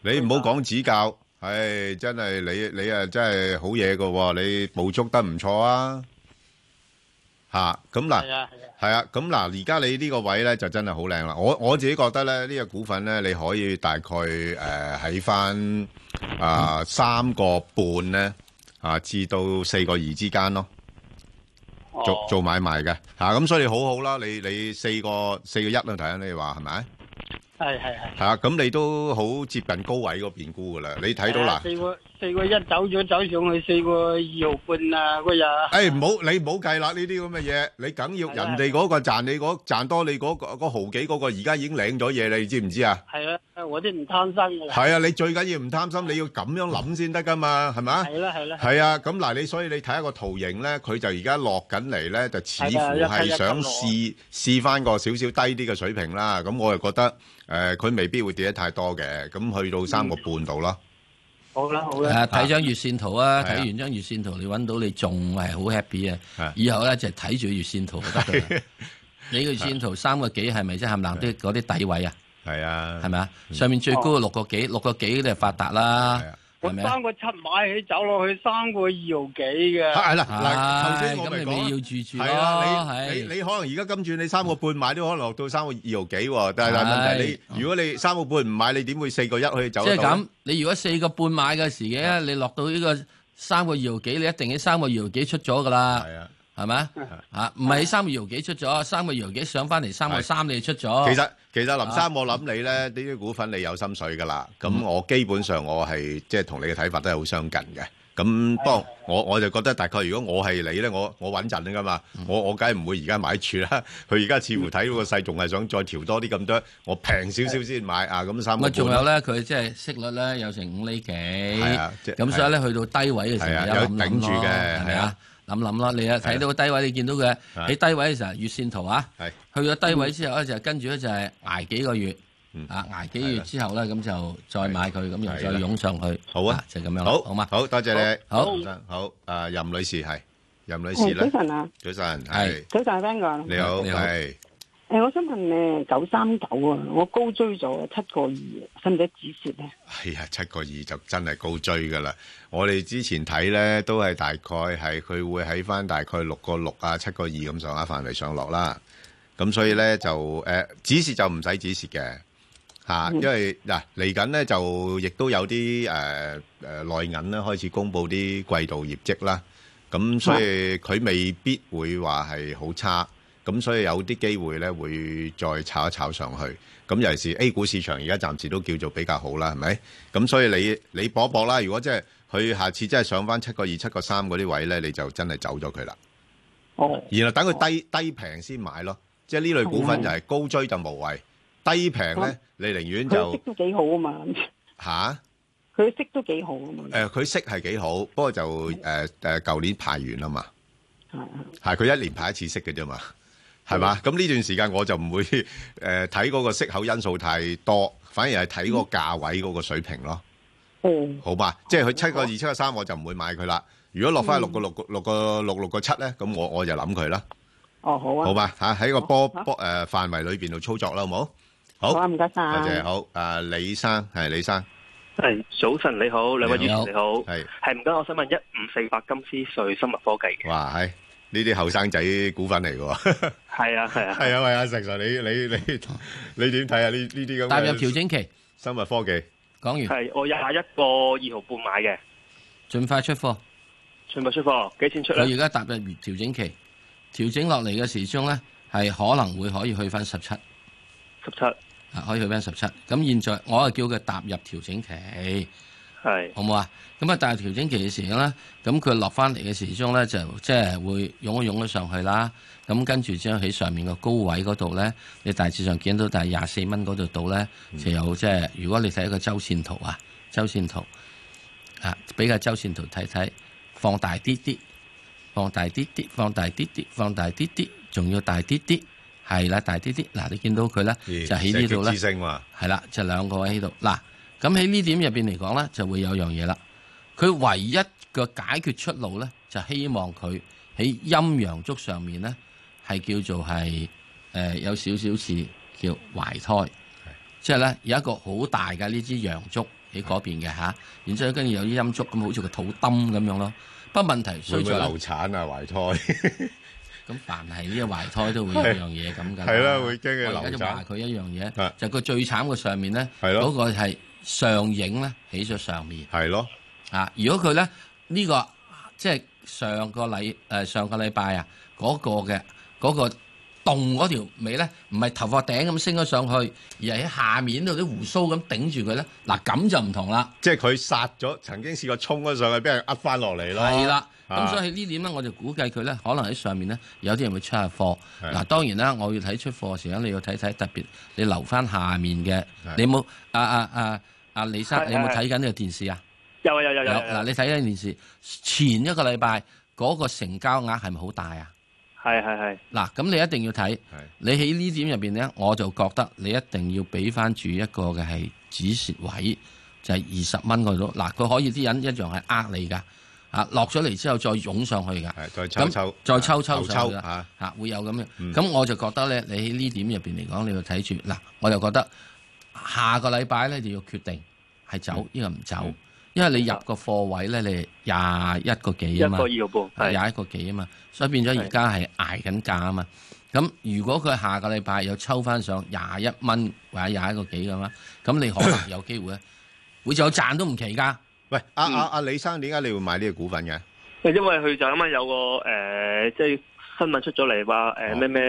Speaker 2: 你唔好講指教，係真係你你啊真係好嘢嘅喎，你捕捉得唔錯啊，嚇，咁嗱
Speaker 10: 係。啊，係啊
Speaker 2: 係啊，咁嗱，而家你呢個位咧就真係好靚啦。我我自己覺得咧，呢、個股份咧，你可以大概誒喺翻啊三個半咧啊至到四個二之間咯，
Speaker 10: 哦
Speaker 2: 做做買賣嘅嚇。咁、所以好好啦，你你四個四個一啦，睇下你話係咪？
Speaker 10: 係係係。
Speaker 2: 係啊，咁你都好接近高位嗰邊估噶啦。你睇到
Speaker 10: 係啊
Speaker 2: 啦，
Speaker 10: 四個四個一走咗，走上去四個二毫半啊，嗰日。
Speaker 2: 誒唔好你唔好計啦，呢啲咁嘅嘢，你梗要
Speaker 10: 係
Speaker 2: 人
Speaker 10: 啊
Speaker 2: 哋嗰個賺你嗰賺多你嗰、個嗰毫幾嗰個，而家已經領咗嘢，你知唔知啊？
Speaker 10: 係啊，我都唔貪生噶啦。
Speaker 2: 係啊，你最緊要唔貪心，你要咁樣諗先得噶嘛，係咪啊？
Speaker 10: 係啦係啦。
Speaker 2: 係啊，咁嗱，你所以你睇一個圖形咧，佢就而家落緊嚟咧，就似乎
Speaker 10: 係啊一
Speaker 2: 係
Speaker 10: 批一
Speaker 2: 想
Speaker 10: 級落
Speaker 2: 試試翻個少少低啲嘅水平啦。咁我又覺得誒，佢、未必會跌得太多嘅，咁去到三個半度啦。
Speaker 10: 好啦好啦。
Speaker 1: 誒啊睇張月線圖啊，
Speaker 2: 啊係啊
Speaker 1: 睇完張月線圖，你揾到你仲係好 happy
Speaker 2: 係
Speaker 1: 啊！以後咧就係睇住月線圖就得㗎 啦。你個月線圖三個幾係咪即係冚唪唥啲嗰啲底位啊？
Speaker 2: 係啊，
Speaker 1: 係咪啊？上面最高六個幾，六個幾你係發達啦
Speaker 2: 係啊，
Speaker 10: 我
Speaker 1: 係咪啊
Speaker 10: 三？個七買起走落去三個二毫幾嘅。
Speaker 2: 係啦，嗱，頭
Speaker 1: 唉
Speaker 2: 先我
Speaker 1: 咁
Speaker 2: 咪
Speaker 1: 你咪
Speaker 2: 講
Speaker 1: 要
Speaker 2: 啦。
Speaker 1: 住住
Speaker 2: 係啊，
Speaker 1: 咯，
Speaker 2: 你你
Speaker 1: 係
Speaker 2: 你可能而家跟住你三個半買都可能落到三個二毫幾喎，但係但係問題你如果你三個半唔買，你點會四個一可以走
Speaker 1: 即
Speaker 2: 得
Speaker 1: 係
Speaker 2: 到呢
Speaker 1: 咁。你如果四個半
Speaker 2: 啊
Speaker 1: 買嘅時嘅，你落到呢個三個二毫幾，你一定喺三個二毫幾出咗㗎啦。
Speaker 2: 係啊，
Speaker 1: 係咪啊？唔係三個搖幾出咗，三個搖幾上翻嚟，三個三你就出咗。
Speaker 2: 其實其實林
Speaker 1: 哦啊嗯
Speaker 2: 生，我諗你咧呢啲股份你有心水噶啦，咁我基本上我係即係同你嘅睇法都係好相近嘅。咁
Speaker 1: 啊
Speaker 2: 不過我我就覺得大概如果我係你咧，我我穩陣噶嘛，
Speaker 1: 嗯
Speaker 2: 我我梗係唔會而家買住啦。 佢而家似乎睇到個勢，仲係想再調多啲咁多，我平少少先買啊。咁三
Speaker 1: 咁
Speaker 2: 個
Speaker 1: 啊，
Speaker 2: 半
Speaker 1: 仲有咧，佢即係息率咧有成五厘幾，
Speaker 2: 係啊即係
Speaker 1: 咁所以咧去到低位嘅時
Speaker 2: 係
Speaker 1: 候
Speaker 2: 啊有
Speaker 1: 有諗諗
Speaker 2: 頂住
Speaker 1: 咯
Speaker 2: 嘅
Speaker 1: 係咪
Speaker 2: 係
Speaker 1: 啊
Speaker 2: 啊？
Speaker 1: 諗諗啦，你啊睇到低位，你見到佢
Speaker 2: 啊
Speaker 1: 喺低位嘅時候，月線圖啊，去咗低位之後咧就跟住咧就係捱幾個月，
Speaker 2: 嗯
Speaker 1: 啊捱幾個月之後咧咁就再買佢，咁又再湧上去。
Speaker 2: 好啊，
Speaker 1: 就咁樣啦
Speaker 2: 好，
Speaker 1: 好嘛
Speaker 2: 好多謝你，
Speaker 1: 好
Speaker 2: 林生，好，啊任女士係，任女士咧，
Speaker 7: 係早晨啊，
Speaker 2: 早晨，係，
Speaker 7: 早晨 Ben 哥，
Speaker 2: 你好，係。
Speaker 7: 诶，啊我想問诶九三九啊，我高追咗七個二，使唔使止蝕咧？
Speaker 2: 係啊，七個二就真係高追噶啦！我哋之前睇咧都係大概係佢會喺翻大概六個六啊、七個二咁上下範圍上落啦。咁所以
Speaker 7: 嗯
Speaker 2: 咧就誒、呃止蝕就唔使止蝕嘅嚇，
Speaker 11: 嗯
Speaker 2: 因為嗱嚟緊咧就亦都有啲誒誒內銀咧開始公布啲季度業績啦。咁所以佢未必會話係好差，咁所以有啲機會咧會再炒一炒上去。咁尤其是 A 股市場而家暫時都叫做比較好啦，係咪？咁所以你你搏一搏啦，如果即係佢下次真係上翻七個二、七個三嗰啲位咧，你就真係走咗佢啦。
Speaker 7: 哦，
Speaker 2: 然後等佢低低平先買咯，即係呢類股份就係高追就無謂，低平咧你寧願
Speaker 7: 佢息
Speaker 2: 就
Speaker 7: 都幾好啊嘛，
Speaker 2: 嚇。
Speaker 7: 佢息都幾好啊嘛。嗯
Speaker 2: 誒佢息係幾好，不過就誒誒舊年派完啦嘛，係佢一年派一次息嘅啫嘛，係
Speaker 7: 嗯
Speaker 2: 嘛？咁呢段時間我就唔會 誒睇嗰個息口因素太多，反而係睇個價位嗰個水平咯，
Speaker 7: 嗯哦，嗯
Speaker 2: 好嘛？即係佢七個二、七個三，我就唔會買佢啦。如果落翻六個六個六個六六個七咧，咁我我就諗佢啦，
Speaker 7: 哦，好啊，
Speaker 2: 好嘛？嚇喺個波
Speaker 7: 好
Speaker 2: 波誒範圍裏邊度操作啦，好冇？
Speaker 7: 好啊，
Speaker 2: 好，
Speaker 7: 唔該晒，
Speaker 2: 多謝，好。啊，李生係李生，
Speaker 10: 系早晨你好，兩位主持
Speaker 2: 你好
Speaker 10: 人你好，
Speaker 2: 係
Speaker 10: 係唔該，我想問一五四八金斯瑞生物科技嘅，
Speaker 2: 哇，係呢啲後生仔股份嚟 嘅喎。
Speaker 10: 係啊係啊，
Speaker 2: 係啊，喂，阿石 Sir，你你你你點睇啊？呢呢啲咁
Speaker 1: 踏入調整期，
Speaker 2: 生物科技
Speaker 1: 講完，
Speaker 10: 係我廿一個二毫半買嘅，
Speaker 1: 盡快出貨。
Speaker 10: 全部出貨幾錢出啊
Speaker 1: 佢而
Speaker 10: 咧？
Speaker 1: 家踏入調整期，調整落嚟嘅時鐘咧係可能會可以去翻十七，
Speaker 10: 十七
Speaker 1: 啊可以去翻十七。咁現在我係叫佢踏入調整期，
Speaker 10: 係
Speaker 1: 好唔好啊？咁啊，但係調整期嘅時咧，咁佢落翻嚟嘅時鐘咧就即係會湧一湧咗上去啦。咁跟住將喺上面個高位嗰度咧，你大致上見到大係廿四蚊嗰度度咧，就有即係如果你睇一個周線圖啊，周線圖啊，比較周線圖睇睇，放大啲啲。放大啲啲，放大啲啲，放大啲啲，仲要大啲啲，係啦，大啲啲。嗱，你見到佢咧
Speaker 2: 咦
Speaker 1: 就喺呢度咧
Speaker 2: 石擊之星喎，
Speaker 1: 係啦，就兩個位喺度。嗱，咁喺呢點入邊嚟講咧，就會有樣嘢啦。佢唯一嘅解決出路咧，就希望佢喺陰陽燭上面咧，係叫做係誒、呃有少少似叫懷胎，即係咧有一個好大嘅呢支陽燭喺嗰邊嘅嚇，然之後跟住有啲陰燭咁，好似個肚燈咁樣咯。不過問題
Speaker 2: 會
Speaker 1: 衰
Speaker 2: 唔
Speaker 1: 在
Speaker 2: 會
Speaker 1: 呢
Speaker 2: 流產啊？懷胎
Speaker 1: 咁凡係呢個懷胎都會有一樣嘢咁㗎。
Speaker 2: 係啦會驚佢
Speaker 1: 我而家
Speaker 2: 流
Speaker 1: 就
Speaker 2: 產
Speaker 1: 話佢一樣嘢，就佢最慘嘅上面咧，嗰個係上影咧起咗上面。
Speaker 2: 係咯。
Speaker 1: 啊，如果佢咧呢個即係上個禮誒上個禮拜啊嗰個嘅嗰個洞嗰條尾咧，唔係頭髮頂咁升咗上去，而係喺下面度啲胡鬚咁頂住佢咧。嗱咁就唔同啦。
Speaker 2: 即係佢殺咗，曾經試過衝咗上去，俾人呃翻落嚟咯。
Speaker 1: 係啦，咁
Speaker 2: 啊
Speaker 1: 所以呢點咧，我就估計佢咧，可能喺上面咧，有啲人會出下貨。
Speaker 2: 係
Speaker 1: 嗱，當然啦，我要睇出貨時咧，你要睇睇特別，你留翻下面嘅
Speaker 10: 係，
Speaker 1: 你有冇啊啊啊啊李生
Speaker 10: 係，
Speaker 1: 你有冇
Speaker 10: 係
Speaker 1: 睇緊呢個電視啊？
Speaker 10: 有啊有有有有
Speaker 1: 嗱，你睇緊電視，前一個禮拜嗰個成交額係咪好大啊？
Speaker 10: 係係係
Speaker 1: 嗱，咁你一定要睇，你喺呢點入邊咧，我就覺得你一定要俾翻住一個嘅係止蝕位，就係二十蚊嗰度。嗱，佢可以啲人一樣係呃你噶，啊落咗嚟之後再湧上去噶，
Speaker 2: 再抽抽
Speaker 1: 再抽抽
Speaker 2: 後
Speaker 1: 上去
Speaker 2: 抽
Speaker 1: 㗎
Speaker 2: 啊，
Speaker 1: 嚇會有咁
Speaker 10: 嗯
Speaker 1: 樣。咁我就覺得咧，你喺呢點入邊嚟講，你要睇住嗱，我就覺得下個禮拜咧就要決定係
Speaker 10: 嗯
Speaker 1: 走，呢個唔走，因為你入個貨位咧，你係廿一個幾啊嘛，
Speaker 10: 一個二毫半係
Speaker 1: 廿一個幾啊嘛，所以變咗而家係捱緊價啊嘛。咁如果佢下個禮拜又抽翻上廿一蚊或者廿一個幾咁啦，咁你可 能有啊機會咧，會有賺都唔奇㗎。
Speaker 2: 啊喂，阿阿阿李生，點解你會買呢個股份嘅？
Speaker 10: 因為佢就啱啱有個誒、呃即係新聞出咗嚟話誒咩咩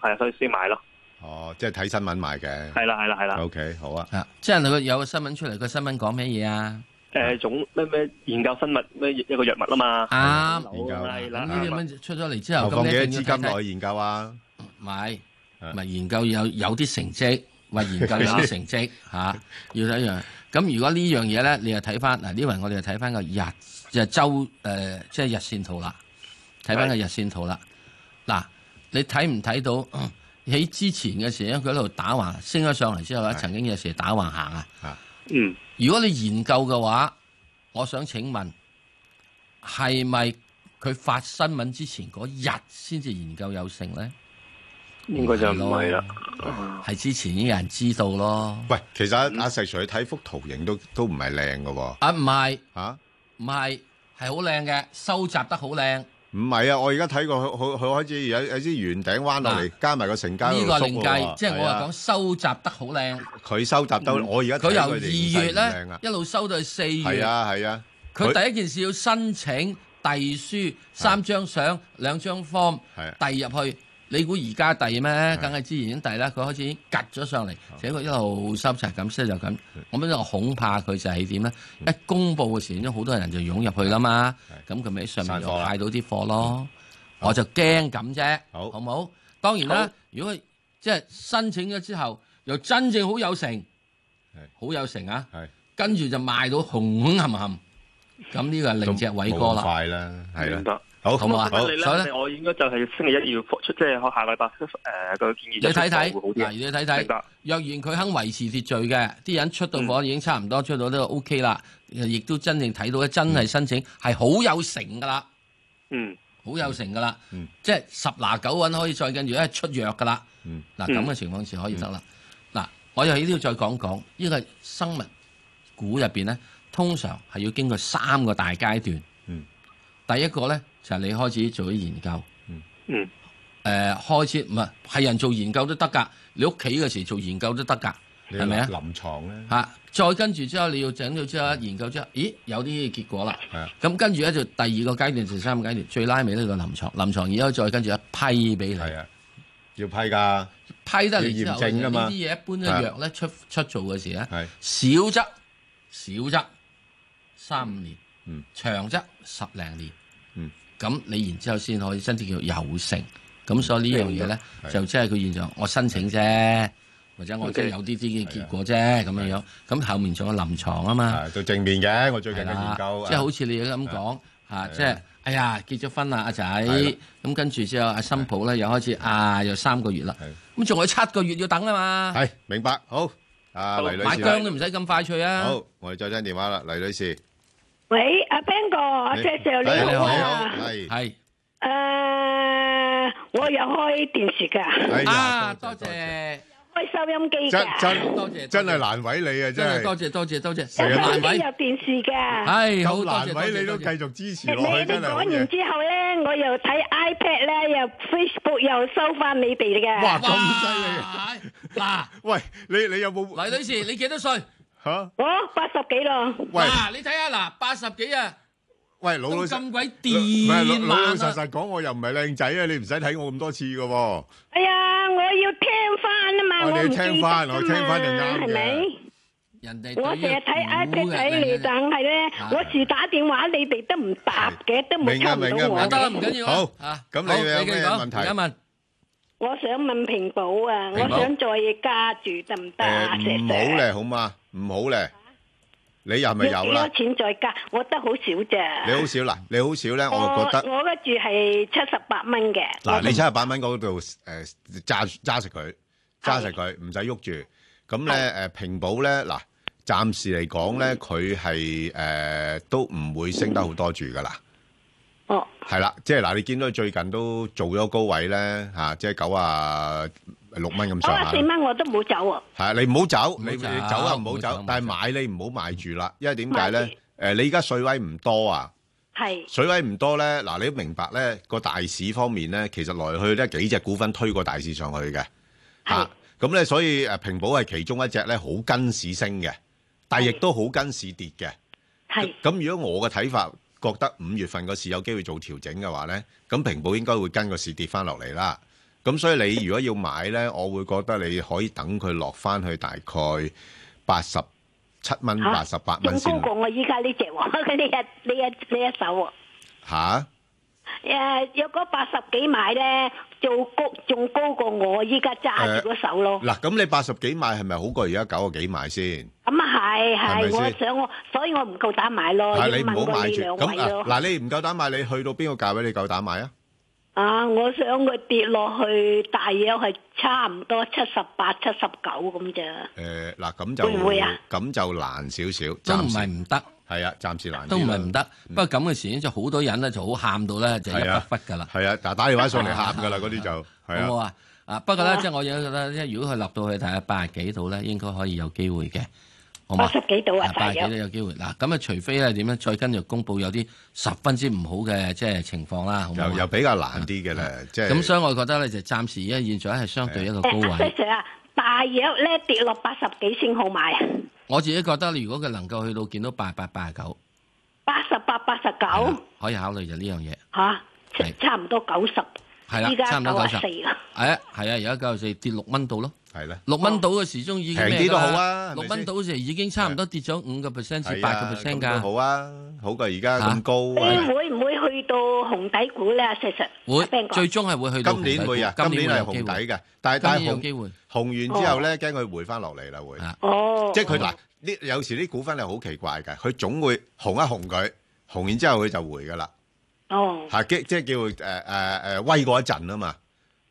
Speaker 10: 係啊，所以先買咯。
Speaker 2: 哦，即係睇新聞買嘅。
Speaker 10: 係啦，係啦，係啦。
Speaker 2: OK，好啊。
Speaker 1: 即係佢有個新聞出嚟，個新聞講咩嘢啊？
Speaker 10: 誒總咩咩研究生物咩一個藥物啊嘛，
Speaker 1: 啱
Speaker 10: 研究係啦，
Speaker 1: 咁呢啲咁樣出咗嚟之後，咁
Speaker 2: 投放
Speaker 1: 你
Speaker 2: 幾多
Speaker 1: 一定要睇
Speaker 2: 資金
Speaker 1: 睇
Speaker 2: 落去研究啊？
Speaker 1: 咪咪研究有有啲成績，或研究有啲成績嚇、啊要睇一樣。咁如果呢樣嘢咧，你又睇翻嗱呢輪我哋就睇翻個日就周誒、呃即係日線圖啦，睇翻個日線圖啦。嗱，你睇唔睇到嗯喺之前嘅時咧，佢喺度打橫升咗上嚟之後咧，曾經有時打橫行啊。
Speaker 10: 嗯，
Speaker 1: 如果你研究嘅話，我想請問係咪佢發新聞之前嗰日先至研究有成咧？
Speaker 10: 應該就唔係啦。
Speaker 1: 係之前已經有人知道咯。
Speaker 2: 喂，其實阿阿石 Sir 睇幅圖形都都唔係靚嘅喎。
Speaker 1: 啊，唔係
Speaker 2: 嚇，
Speaker 1: 唔係係好靚嘅，收集得好靚。呢
Speaker 2: 唔係啊！我而家睇過佢佢佢開始有有啲圓頂彎落嚟，加埋個成交
Speaker 1: 個
Speaker 2: 都縮
Speaker 1: 另
Speaker 2: 喎
Speaker 1: 計，即係我
Speaker 2: 係
Speaker 1: 話
Speaker 2: 啊
Speaker 1: 講收集得好靚。
Speaker 2: 佢收集到，我而家睇
Speaker 1: 佢由
Speaker 2: 佢哋
Speaker 1: 二月
Speaker 2: 唔靚
Speaker 1: 咧
Speaker 2: 啊
Speaker 1: 一路收到去四月。
Speaker 2: 係啊係啊，
Speaker 1: 佢第一件事要申請遞書，三張相兩張 form
Speaker 2: 啊
Speaker 1: 遞入去。你估而家遞咩？梗係之前已經遞啦，佢開始已經趌咗上嚟，且佢一路收集咁，所以就咁。我諗就恐怕佢就係點咧？一公佈嘅時候，已經好多人就湧入去啦嘛。咁佢咪喺上面又派到啲貨咯。我就驚咁啫，好唔好？當然啦，如果即係申請咗之後，又真正好有成，好有成啊！跟住就賣到紅紅冚冚，咁呢個係另隻偉哥
Speaker 2: 冇咁
Speaker 1: 啦。
Speaker 2: 快啦，係啦，
Speaker 10: 明白。
Speaker 2: 好
Speaker 1: 好唔好啊
Speaker 10: 咁我覺得
Speaker 1: 好所以
Speaker 10: 你
Speaker 1: 咧
Speaker 10: 咧，我應該就係星期一要出，即係我下禮拜誒個建議
Speaker 1: 你
Speaker 10: 就出
Speaker 1: 睇睇，
Speaker 10: 會好
Speaker 1: 嗱，
Speaker 10: 啲。啊
Speaker 1: 你睇
Speaker 10: 明白
Speaker 1: 睇，若然佢肯維持秩序嘅，啲人出到貨已經差唔多出到呢個 OK 啦，亦都真正睇到咧，真係申請係好有成噶啦，
Speaker 10: 嗯，
Speaker 1: 好有成噶啦，即係十拿九穩可以再跟住咧出藥噶啦。
Speaker 2: 嗯
Speaker 1: 嗱咁嘅情況時可以得啦。嗱，我又喺呢度再講講，呢個生物股入邊咧，通常係要經過三個大階段。
Speaker 2: 嗯，
Speaker 1: 第一個咧就係你開始做啲研究。
Speaker 10: 嗯，
Speaker 1: 誒、開始唔係係人做研究都得㗎，你屋企嘅時做研究都得㗎，
Speaker 2: 你
Speaker 1: 係咪啊？
Speaker 2: 臨床咧
Speaker 1: 嚇、再跟住之後你要整到之後研究之後，咦有啲結果啦
Speaker 2: 係啊。
Speaker 1: 咁跟住咧就第二個階段、第三個階段，最拉尾呢個臨床，臨床而家再跟住一批俾你。
Speaker 2: 要批㗎，
Speaker 1: 批得嚟之
Speaker 2: 啊要
Speaker 1: 後
Speaker 2: 驗證㗎嘛
Speaker 1: 呢啲嘢一般
Speaker 2: 係啊
Speaker 1: 嘅藥咧出出做嘅時咧，
Speaker 2: 係啊
Speaker 1: 少則少則三五年，
Speaker 2: 嗯
Speaker 1: 長則十零年。
Speaker 2: 嗯，
Speaker 1: 咁你然之後先可以真正叫有成。咁所以呢樣嘢咧
Speaker 2: 嗯係，
Speaker 1: 就即係佢現象，我申請啫，或者我即係
Speaker 2: OK 啊
Speaker 1: 有啲啲嘅結果啫，咁樣樣。咁後面仲有臨床啊嘛，
Speaker 2: 都正面嘅。我啊最近嘅
Speaker 1: 係啦
Speaker 2: 研究，
Speaker 1: 即係好似你咁講嚇，即
Speaker 2: 係啊
Speaker 1: 係哎呀結咗婚啦，阿仔，
Speaker 2: 係啦
Speaker 1: 咁跟住之後阿新抱咧又開始啊，又三個月啦，咁仲有七個月要等啊嘛。
Speaker 2: 係明白好。啊，黎女
Speaker 1: 買
Speaker 2: 士，
Speaker 1: 姜都唔使咁快脆啊！
Speaker 2: 好，我哋再聽電話啦，黎女士，
Speaker 8: 喂，阿 Ben 哥，阿
Speaker 2: 你
Speaker 8: Sir
Speaker 2: 係
Speaker 1: Dạ,
Speaker 8: 你好
Speaker 2: 你
Speaker 8: 啊！
Speaker 2: 好，係
Speaker 1: 係
Speaker 8: 诶，我有開電視㗎，
Speaker 2: 哎呀，
Speaker 1: 多謝，
Speaker 8: 開收音機
Speaker 2: 真
Speaker 8: 㗎，
Speaker 2: 真
Speaker 1: 多謝
Speaker 2: 真係難為你啊，
Speaker 1: 真係
Speaker 2: 真
Speaker 1: 多
Speaker 2: 係
Speaker 1: 謝多謝多謝，
Speaker 2: 成日
Speaker 1: 難
Speaker 8: 收音
Speaker 1: 為
Speaker 8: 機有電視㗎。
Speaker 2: 啊
Speaker 1: 係好
Speaker 2: 咁
Speaker 1: 多謝
Speaker 2: 難為你
Speaker 1: 多
Speaker 2: 都繼
Speaker 1: 謝。
Speaker 2: 續支持
Speaker 8: 你
Speaker 2: 落去，
Speaker 8: 哋
Speaker 2: 真係
Speaker 8: 講
Speaker 2: 好
Speaker 8: 完
Speaker 2: 嘢。
Speaker 8: 之後咧，我又睇 iPad 咧，又 Facebook 又收翻你哋嘅。
Speaker 2: 哇，咁
Speaker 1: 犀利！嗱，
Speaker 2: 喂，你你有冇
Speaker 1: 黎女士，你幾多歲？
Speaker 2: 嚇？
Speaker 8: 我哦八十幾咯。
Speaker 2: 喂
Speaker 1: 嗱，你睇下嗱，八十幾啊，
Speaker 2: 喂，老老實
Speaker 1: 咁鬼
Speaker 2: 唔係
Speaker 1: 電
Speaker 2: 老老
Speaker 1: 慢
Speaker 2: 實
Speaker 1: 啊！
Speaker 2: 實講，我又唔係靚仔啊，你唔使睇我咁多次噶喎。
Speaker 8: 哎呀，我要聽翻啊嘛，
Speaker 2: 我哋哦
Speaker 8: 我唔
Speaker 2: 要
Speaker 8: 記得
Speaker 2: 聽返我聽返就啱
Speaker 8: 㗎嘛
Speaker 2: 嘅
Speaker 8: 係咪？
Speaker 1: 人哋
Speaker 8: 我成日
Speaker 1: ừ,
Speaker 8: 睇 iPad 睇你，但係咧，我時打電話你哋都唔答嘅，都唔
Speaker 2: 明
Speaker 8: 抽
Speaker 2: 啊
Speaker 8: 唔
Speaker 2: 明啊
Speaker 8: 到
Speaker 2: 明
Speaker 8: 我
Speaker 2: 啊，
Speaker 1: 得啦唔緊要啊
Speaker 2: 好
Speaker 1: 啊，
Speaker 2: 咁
Speaker 1: 好
Speaker 2: 你有
Speaker 1: 你繼
Speaker 2: 咩
Speaker 1: 續講
Speaker 2: 問題？
Speaker 1: 而家問
Speaker 8: 我想問平保啊，我
Speaker 2: 平保
Speaker 8: 想再加住得唔得啊？石
Speaker 2: 誒唔
Speaker 8: Sir
Speaker 2: 好咧，好嘛？唔好咧，你又咪
Speaker 8: 要
Speaker 2: 有
Speaker 8: 幾
Speaker 2: 啦
Speaker 8: 多？錢再加？我得好少咋。
Speaker 2: 你好少嗱，你好少咧，我
Speaker 8: 我
Speaker 2: 覺得
Speaker 8: 我嗰注係七十八蚊嘅。
Speaker 2: 嗱，你七十八蚊嗰度誒揸揸實佢，揸實佢，唔使喐住。咁咧誒平保咧嗱，暫時嚟講
Speaker 8: 嗯
Speaker 2: 咧，佢係誒都唔會升得好多住噶啦。
Speaker 8: 哦，
Speaker 2: 係啦，即係嗱，你見到佢最近都做咗高位咧嚇、即係九啊六蚊咁
Speaker 8: 九
Speaker 2: 上
Speaker 8: 啊
Speaker 2: 下。
Speaker 8: 四蚊我都冇走啊。
Speaker 2: 係啊，你唔好走，
Speaker 1: 好
Speaker 2: 你你
Speaker 1: 走
Speaker 2: 走啊，唔
Speaker 1: 唔
Speaker 2: 好
Speaker 1: 好
Speaker 2: 走
Speaker 1: 走。
Speaker 2: 但係買你唔好買住啦，因為點解咧？誒，你而家水位唔多啊，
Speaker 8: 係
Speaker 2: 水位唔多咧，嗱，你都明白咧個大市方面咧，其實來去咧幾隻股份推過大市上去嘅嚇。咁咧，所以誒平保係其中一隻咧，好跟市升嘅，但係亦都好跟市跌嘅。
Speaker 8: 係
Speaker 2: 咁如果我嘅睇法，覺得五月份個市有機會做調整嘅話咧，咁平保應該會跟個市跌翻落嚟啦。咁所以你如果要買咧，我會覺得你可以等佢落翻去大概八十七蚊、八十八蚊
Speaker 8: 仲
Speaker 2: 先
Speaker 8: 高過我依家呢只 喎，呢一呢一呢一手喎。
Speaker 2: 嚇。
Speaker 8: 誒，若果八十幾買咧，做高仲高過我依家揸住嗰手咯。
Speaker 2: 嗱，咁你八十幾買係咪好過而家九個幾買先？
Speaker 8: 咁啊係
Speaker 2: 係咪
Speaker 8: 係，我
Speaker 2: 先
Speaker 8: 想我，所以我唔夠膽買咯，哦要
Speaker 2: 係你唔
Speaker 8: 問
Speaker 2: 好
Speaker 8: 過
Speaker 2: 買
Speaker 8: 你
Speaker 2: 住。
Speaker 8: 兩位
Speaker 2: 咁啊
Speaker 8: 咯。
Speaker 2: 嗱，你唔夠膽買，你去到邊個價位你夠膽買啊？
Speaker 8: 啊，我想佢跌落去，大約係差唔多七十八、七十九咁咋。
Speaker 2: 誒，嗱，咁就
Speaker 8: 會唔會啊
Speaker 2: 咁就難少少，
Speaker 1: 都唔
Speaker 2: 暫時
Speaker 1: 係唔得。
Speaker 2: 係啊，暫時難啲啦。
Speaker 1: 都唔係唔得，不過咁嘅時咧就好多人咧就好喊到咧就一
Speaker 2: 係
Speaker 1: 筆
Speaker 2: 啊
Speaker 1: 忽㗎啦。
Speaker 2: 係啊，打打電話上嚟喊㗎啦，嗰啲就係啊。
Speaker 1: 好冇 啊？啊，不過咧，即係我有覺得，即係如果佢落到去睇下八十幾度咧，應該可以有機會嘅，好嘛？
Speaker 8: 八十幾度啊
Speaker 1: 啊，八
Speaker 8: 大
Speaker 1: 十
Speaker 8: 約
Speaker 1: 幾度有機會。嗱，咁啊，除非咧點咧，再跟住公佈有啲十分之唔好嘅即係情況啦，好冇啊
Speaker 2: 又又比較難啲嘅咧，即係
Speaker 1: 啊咁所以我覺得咧，就暫時而家現在係相對一個高
Speaker 8: 誒，
Speaker 1: 位
Speaker 8: 阿 Sir。Sir 啊，大約咧跌落八十幾先好買啊，
Speaker 1: 我自己覺得，如果佢能夠去到見到八八八九，
Speaker 8: 八十八、八十九
Speaker 1: 可以考慮就呢樣嘢。
Speaker 8: 嚇，差差唔多九十。
Speaker 1: 係啦
Speaker 8: 依家
Speaker 1: 差唔多
Speaker 8: 九
Speaker 1: 90
Speaker 8: 四啦。
Speaker 1: 係啊，係啊，而家九十四跌六蚊到咯。
Speaker 2: 係啦，
Speaker 1: 六蚊到嘅時鐘已經咩
Speaker 2: 平啲
Speaker 1: 㗎
Speaker 2: 都
Speaker 1: 啦
Speaker 2: 好啊係咪
Speaker 1: 六
Speaker 2: 先
Speaker 1: 蚊到嘅時已經差唔多跌咗五個 percent 至
Speaker 2: 係
Speaker 1: 八
Speaker 2: 啊
Speaker 1: 個 percent
Speaker 2: 咁都
Speaker 1: 㗎。
Speaker 2: 好啊，好過而家咁高。啊係
Speaker 8: 誒，會唔會去到紅底股咧？石 Sir，
Speaker 1: 會
Speaker 8: Ben 哥
Speaker 1: 最終係會去到
Speaker 2: 今年
Speaker 1: 紅底
Speaker 2: 會啊，
Speaker 1: 股
Speaker 2: 今
Speaker 1: 今
Speaker 2: 年
Speaker 1: 年會
Speaker 2: 係紅
Speaker 1: 有機會
Speaker 2: 底嘅，但係但
Speaker 1: 今
Speaker 2: 係
Speaker 1: 年有機會
Speaker 2: 紅紅完之後咧，驚佢回翻落嚟啦，會。
Speaker 8: 哦
Speaker 2: 即係佢嗱，呢有時啲股份係好奇怪嘅，佢總會紅一紅佢，紅完之後佢就回噶啦，
Speaker 8: 哦，
Speaker 2: 嚇即即係叫誒誒誒威過一陣啊嘛，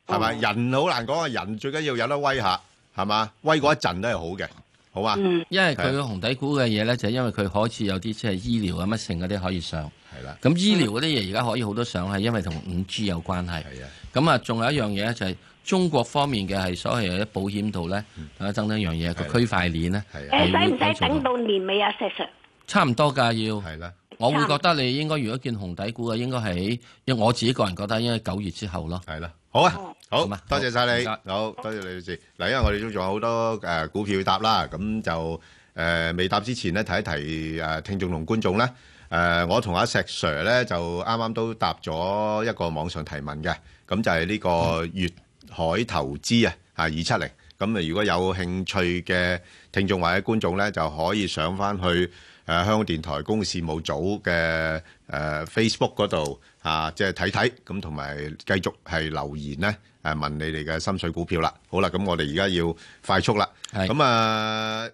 Speaker 2: 係咪？人好難講啊，人最緊要有得威下，係嘛？威過一陣都係好嘅，好
Speaker 8: 嗯
Speaker 2: 嘛？
Speaker 1: 因為佢
Speaker 2: 係啊
Speaker 1: 紅底股嘅嘢咧，就係因為佢開始有啲即係醫療啊乜剩嗰啲可以上。
Speaker 2: 係啦。
Speaker 1: 咁醫療嗰啲嘢而家可以好多上，係因為同五 G 有關係。
Speaker 2: 係啊。
Speaker 1: 咁啊，仲有一樣嘢咧就係中國方面嘅係所謂嘅保險度咧，啊等等樣嘢個區塊鏈咧，
Speaker 2: 啊
Speaker 1: 係
Speaker 8: 誒，使唔
Speaker 1: 會幫助
Speaker 8: 使
Speaker 1: 到
Speaker 8: 等到年尾啊，石 Sir？
Speaker 1: 差唔多㗎要。
Speaker 2: 係啦。
Speaker 1: 我會覺得你應該如果見紅底股嘅，應該係因為我自己個人覺得應該九月之後咯。
Speaker 2: 係啦，好啊，好，
Speaker 1: 嘛
Speaker 2: 多謝晒你，
Speaker 1: 好唔
Speaker 2: 好多謝你女士。嗱，因為我哋都仲有好多誒股票要答啦，咁就誒未答之前咧，提一提誒聽眾同觀眾咧。誒，我同阿石 Sir 咧就啱啱都答咗一個網上提問嘅，咁就係呢個粵海投資啊，啊二七零。咁啊，如果有興趣嘅聽眾或者觀眾咧，就可以上翻去誒香港電台公共事務組嘅誒呃 Facebook 嗰度啊，即係睇睇咁，同埋繼續係留言咧誒問你哋嘅心水股票啦。好啦，咁我哋而家要快速啦。咁啊，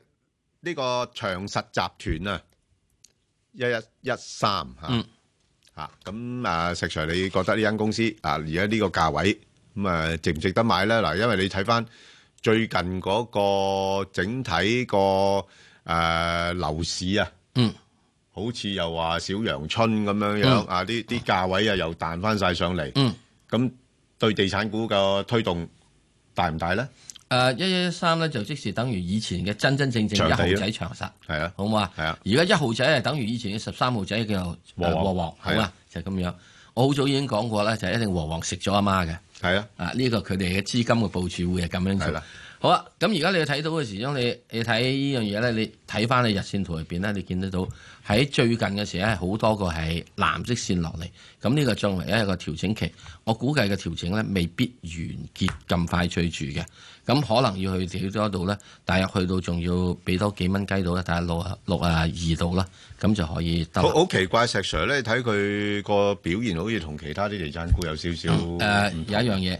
Speaker 2: 呢個長實集團啊，一一一三嚇
Speaker 1: 嗯
Speaker 2: 嚇，咁啊石 Sir，你覺得呢間公司啊而家呢個價位咁啊值唔值得買咧？嗱，因為你睇翻。最近嗰個整體個誒樓市啊，
Speaker 1: 嗯，
Speaker 2: 好似又話小陽春咁樣樣
Speaker 1: 嗯
Speaker 2: 啊，啲啲價位啊又彈翻晒上嚟，
Speaker 1: 嗯，
Speaker 2: 咁對地產股嘅推動大唔大咧？
Speaker 1: 誒一一一三咧就即時等於以前嘅真真正正一
Speaker 2: 長
Speaker 1: 號
Speaker 2: 地咯
Speaker 1: 仔長實，
Speaker 2: 係啊，
Speaker 1: 好唔好啊？
Speaker 2: 係啊，
Speaker 1: 而家一號仔係等於以前嘅十三號仔叫做
Speaker 2: 和
Speaker 1: 呃
Speaker 2: 黃
Speaker 1: 和黃，好
Speaker 2: 係
Speaker 1: 嘛
Speaker 2: 啊？
Speaker 1: 就係咁樣。我好早已經講過咧，就係一定和黃食咗阿媽嘅。
Speaker 2: 係啊，
Speaker 1: 啊呢個佢哋嘅資金嘅部署會係咁樣
Speaker 2: 係
Speaker 1: 做
Speaker 2: 啦。
Speaker 1: 好啊，咁而家你睇到嘅時鐘，你你睇呢樣嘢咧，你睇翻你日線圖入邊咧，你見得到喺最近嘅時咧，係好多個係藍色線落嚟。咁呢個作為一個調整期，我估計嘅調整咧未必完結咁快脆住嘅。咁可能要去調多度咧，大約去到仲要俾多幾蚊雞到咧，大約六啊六啊二度啦，咁就可以得啦。
Speaker 2: 好好奇怪，石 Sir 咧睇佢個表現好似同其他啲地產股有少
Speaker 1: 誒、
Speaker 2: 少
Speaker 1: 有一樣嘢，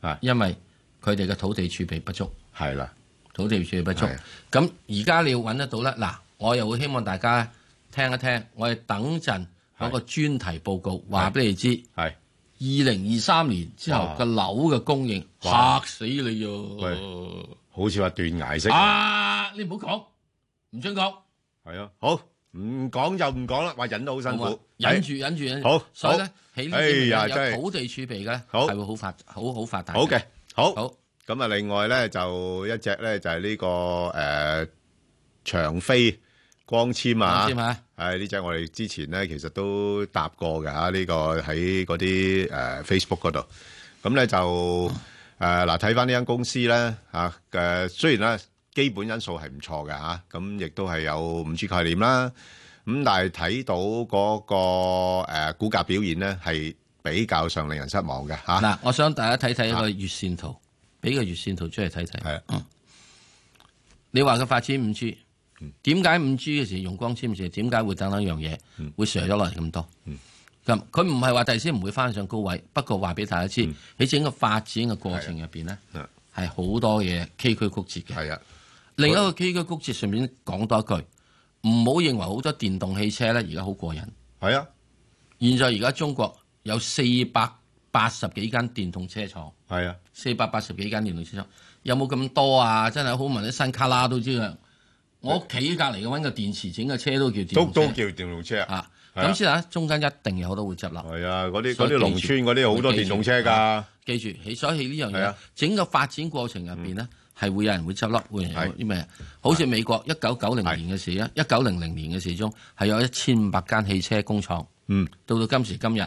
Speaker 2: 啊
Speaker 1: 因為佢哋嘅土地儲備不足，
Speaker 2: 係啦，
Speaker 1: 土地儲備不足。咁而家你要揾得到咧，嗱，我又會希望大家聽一聽，我哋等陣嗰個專題報告話俾你知，
Speaker 2: 係
Speaker 1: 二零二三年之後
Speaker 2: 哇
Speaker 1: 個樓嘅供應
Speaker 2: 哇
Speaker 1: 嚇死你喎！
Speaker 2: 好似話斷崖式。
Speaker 1: 啊，你唔好講，唔准講，
Speaker 2: 係啊，好唔講就唔講啦，話忍得好辛
Speaker 1: 好嘛啊
Speaker 2: 苦，哎
Speaker 1: 忍住忍住忍住。
Speaker 2: 好，
Speaker 1: 所以咧
Speaker 2: 好
Speaker 1: 喺
Speaker 2: 哎呀
Speaker 1: 呢啲
Speaker 2: 真係
Speaker 1: 有土地儲備嘅咧，
Speaker 2: 好
Speaker 1: 係會好發好好發達。
Speaker 2: 好嘅，好。咁啊，另外咧就一隻咧就係呢、個誒、呃、長飛光纖啊，
Speaker 1: 光纖啊
Speaker 2: 係呢隻我哋之前咧其實都答過嘅嚇，呢、個喺嗰啲誒 Facebook 嗰度。咁咧就誒嗱，睇翻呢啊間公司咧嚇誒，雖然咧基本因素係唔錯嘅嚇，咁亦都係有五 G 概念啦。咁咁但係睇到嗰個誒股價表現咧，係比較上令人失望嘅嚇。
Speaker 1: 嗱，我想大家睇睇一個月線圖，俾個月線圖出嚟睇睇。
Speaker 2: 係
Speaker 1: 啊，你話佢發展五 G，點解五 G 嘅時用光纖時點解會等等一樣嘢會上咗落嚟咁多？咁佢唔係話第時唔會翻上高位，不過話俾大家知，喺整個發展嘅過程入邊咧，嗯係好多嘢崎嶇曲折嘅。
Speaker 2: 係啊，
Speaker 1: 另一個崎嶇曲折，順便講多一句，唔好認為好多電動汽車咧而家好過癮。
Speaker 2: 係啊，
Speaker 1: 現在而家中國有四百八十幾間電動車廠。
Speaker 2: 係啊，
Speaker 1: 四百八十幾間電動車廠，有冇咁多啊？真係好聞啲新卡拉都知啦。我屋企隔離嘅揾個電池整嘅車都叫電
Speaker 2: 都
Speaker 1: 動車
Speaker 2: 都叫電動車啊。係啊
Speaker 1: 咁先啦，中間一定有好多會執笠。
Speaker 2: 係啊，嗰啲
Speaker 1: 所
Speaker 2: 嗰
Speaker 1: 以記
Speaker 2: 啲農
Speaker 1: 住啊
Speaker 2: 村嗰啲好多電動車㗎。
Speaker 1: 記住，起所以呢樣
Speaker 2: 係
Speaker 1: 嘢
Speaker 2: 啊，嗯
Speaker 1: 整個發展過程入邊咧，係會有人會執笠，會有人有啲咩？好似美國一九九零年嘅事啊，一九零零年嘅事中係有一千五百間汽車工廠，
Speaker 2: 嗯，
Speaker 1: 到到今時今日，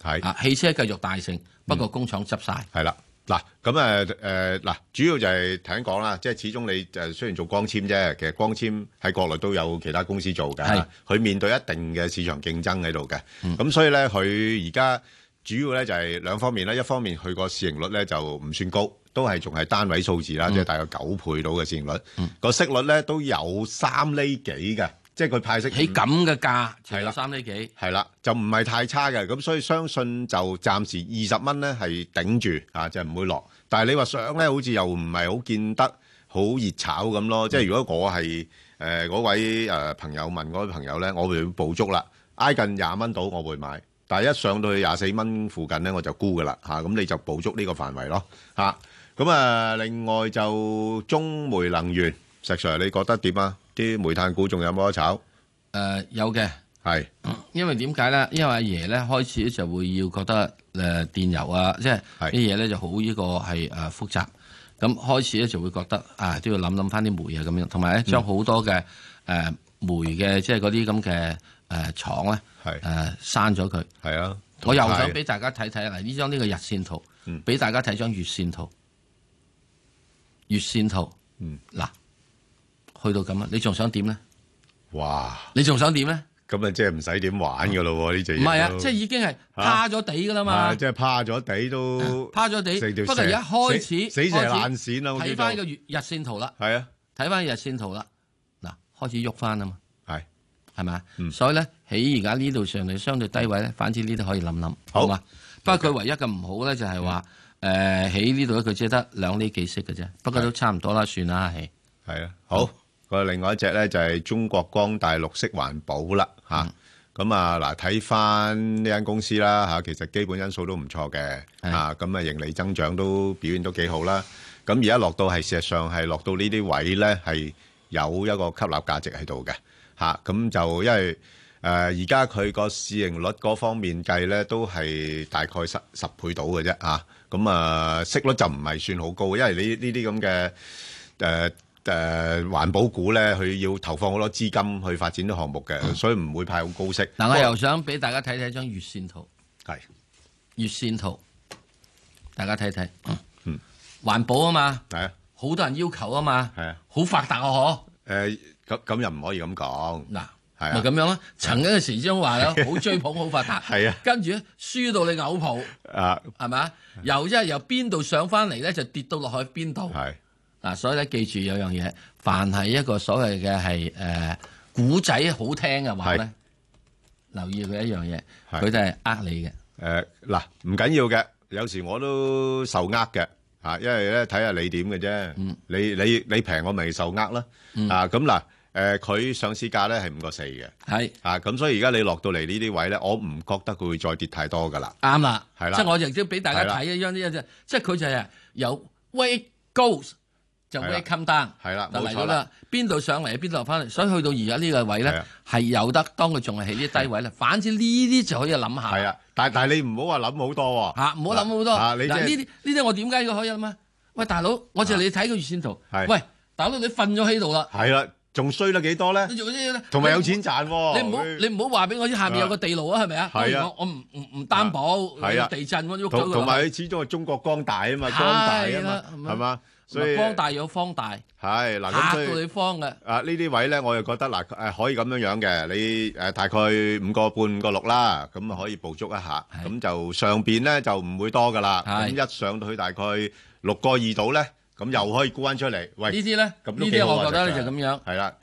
Speaker 2: 係嗯
Speaker 1: 啊，汽車繼續大盛，不過工廠執晒。
Speaker 2: 係啦。嗱，咁诶诶，嗱、主要就係頭先講啦，即係始終你诶雖然做光纖啫，其實光纖喺國內都有其他公司做
Speaker 1: 係嗯
Speaker 2: 嘅，佢面對一定嘅市場競爭喺度嘅，咁、所以咧佢而家主要咧就係兩方面啦，一方面佢個市盈率咧就唔算高，都係仲係單位數字
Speaker 1: 嗯
Speaker 2: 啦，即係大概九倍到嘅市盈率，個、息率咧都有三厘幾嘅，即係佢派息
Speaker 1: 喺咁嘅價，
Speaker 2: 係啦
Speaker 1: 三厘幾。
Speaker 2: 係啦，就唔係太差嘅，咁所以相信就暫時二十蚊咧係頂住啊，就唔會落。但係你話上咧，好似又唔係好見得好熱炒咁咯。即係如果我係誒嗰位誒、呃朋友問嗰位朋友咧，我會捕捉啦，挨近廿蚊到我會買。但係一上到去廿四蚊附近咧，我就沽噶啦嚇，啊咁、你就捕捉呢個範圍咯嚇。咁啊，另外就中煤能源，石 Sir 你覺得點啊？啲煤炭股仲有冇得炒？誒、
Speaker 1: 呃有嘅，
Speaker 2: 係
Speaker 1: 因為點解咧？因為阿爺咧開始就會要覺得誒、呃、電油啊，即係啲嘢咧就好呢個係誒、呃、複雜。咁開始咧就會覺得啊，都要諗諗翻啲煤啊咁樣，同埋咧
Speaker 2: 嗯
Speaker 1: 將好多嘅誒、呃煤嘅即係嗰啲咁嘅呃誒廠咧誒刪呃咗佢。
Speaker 2: 係啊，
Speaker 1: 我又想
Speaker 2: 同埋嗯
Speaker 1: 俾大家睇睇嗱，呢張呢個日線圖，俾、大家睇張月線圖。月線圖，
Speaker 2: 嗯，
Speaker 1: 嗱，去到咁啊，你仲想點咧？
Speaker 2: 哇！
Speaker 1: 你仲想點咧？
Speaker 2: 咁啊，即係唔使點玩噶咯喎，呢只
Speaker 1: 唔係啊，即係已經係趴咗地噶啦嘛。
Speaker 2: 即係趴咗地都
Speaker 1: 趴咗地
Speaker 2: 成條，
Speaker 1: 不過而家
Speaker 2: 蛇
Speaker 1: 開始
Speaker 2: 死死蛇
Speaker 1: 開
Speaker 2: 爛
Speaker 1: 始
Speaker 2: 鱔啦，好似
Speaker 1: 睇
Speaker 2: 都
Speaker 1: 翻個月日線圖啦，
Speaker 2: 係啊，
Speaker 1: 睇翻日線圖啦，嗱開始喐翻啊嘛，
Speaker 2: 係嗯
Speaker 1: 係咪啊？所以咧喺而家呢度上嚟相對低位咧，反之呢度可以諗諗，好嘛？不過佢唯一嘅唔好咧就係話誒
Speaker 2: 嗯
Speaker 1: 喺呢度咧，佢只得兩厘幾息嘅啫，不過都差唔多啦，算啦係。
Speaker 2: 係啊，好。個另外一隻咧就係中國光大綠色環保啦嚇。咁啊嗱，睇翻呢間公司啦嚇，其實基本因素都唔錯嘅嚇，咁啊盈利增長都表現都幾好啦。咁而家落到係事實上係落到呢啲位咧係有一個吸納價值喺度嘅嚇。咁就因為誒呃而家佢個市盈率嗰方面計咧都係大概十十倍到嘅啫嚇。咁啊息率就唔係算好高，因為呢呢啲咁嘅。誒誒環保股咧，佢要投放好多資金去發展啲項目嘅，所以唔會派好高息。
Speaker 1: 嗯嗱，我又想俾大家睇睇張月線圖，
Speaker 2: 係
Speaker 1: 月線圖，大家睇睇，嗯，環保啊嘛，
Speaker 2: 係啊，
Speaker 1: 好多人要求啊嘛，
Speaker 2: 係啊，
Speaker 1: 好發達啊嗬。
Speaker 2: 誒咁咁又唔可以咁講。
Speaker 1: 嗱，
Speaker 2: 係啊
Speaker 1: 咪咁樣啦，曾經嘅時鐘話啦，好追捧，好發達，
Speaker 2: 係啊，
Speaker 1: 跟住咧輸到你嘔抱，
Speaker 2: 啊
Speaker 1: 係咪啊？由即係由邊度上翻嚟咧，就跌到落去邊度。
Speaker 2: 係
Speaker 1: 嗱，所以咧記住有樣嘢，凡係一個所謂嘅係誒古仔好聽嘅話咧，留意佢一樣嘢，
Speaker 2: 係
Speaker 1: 佢哋係呃你嘅。
Speaker 2: 誒嗱，唔緊要嘅，有時我都受呃嘅。啊，因為咧睇下你點嘅啫，你你你平我咪受呃啦，啊咁嗱，誒佢上市價咧係五個四嘅，
Speaker 1: 係
Speaker 2: 啊咁所以而家你落到嚟呢啲位咧，我唔覺得佢會再跌太多噶啦，
Speaker 1: 啱啦，
Speaker 2: 係啦
Speaker 1: 即係我亦都俾大家睇一張呢一隻，即係佢就係有 way goes 就
Speaker 2: 係啦
Speaker 1: way come down，
Speaker 2: 係啦
Speaker 1: 就
Speaker 2: 啊冇
Speaker 1: 嚟
Speaker 2: 錯
Speaker 1: 咗啦
Speaker 2: 啦。
Speaker 1: 邊度上嚟，邊度落翻嚟，所以去到而家呢個位
Speaker 2: 係
Speaker 1: 咧
Speaker 2: 啊
Speaker 1: 係有得，當佢仲係喺啲低位咧，反之呢啲就可以諗下。
Speaker 2: 係啊，但但係你唔好話諗好多喎，
Speaker 1: 嚇唔好諗好多。嗱
Speaker 2: 啊你
Speaker 1: 呢
Speaker 2: 即係啊
Speaker 1: 啲呢啲我點解要可以諗啊？喂，大佬，我就你睇個月線圖
Speaker 2: 係。
Speaker 1: 喂，大佬你瞓咗喺度啦，
Speaker 2: 係啦，仲衰得幾多咧？
Speaker 1: 你做啲嘢呢
Speaker 2: 同埋有錢賺喎。
Speaker 1: 你唔好
Speaker 2: 佢
Speaker 1: 你唔好話俾我知下面有個地牢啊，係咪啊？
Speaker 2: 係啊
Speaker 1: 我我唔唔唔擔保，
Speaker 2: 係啊
Speaker 1: 地震我喐咗佢
Speaker 2: 同
Speaker 1: 落
Speaker 2: 同埋
Speaker 1: 去
Speaker 2: 佢始終係中國光大啊嘛，光大啊
Speaker 1: 係啦
Speaker 2: 嘛，係嘛？所以
Speaker 1: 光大有方大，
Speaker 2: 係嗱，咁
Speaker 1: 嚇
Speaker 2: 所
Speaker 1: 到
Speaker 2: 以
Speaker 1: 你慌嘅。
Speaker 2: 啊，呢啲位咧，我又覺得嗱，誒、可以咁樣樣嘅，你誒、大概五個半五個六啦，咁啊可以捕捉一下，咁就上邊咧就唔會多噶啦，咁一上到去大概六個二度咧，咁又可以沽翻出嚟。喂，
Speaker 1: 呢啲咧，呢
Speaker 2: 咁都幾
Speaker 1: 啲
Speaker 2: 好啊
Speaker 1: 我覺得咧
Speaker 2: 其實
Speaker 1: 就咁樣。
Speaker 2: 係啦，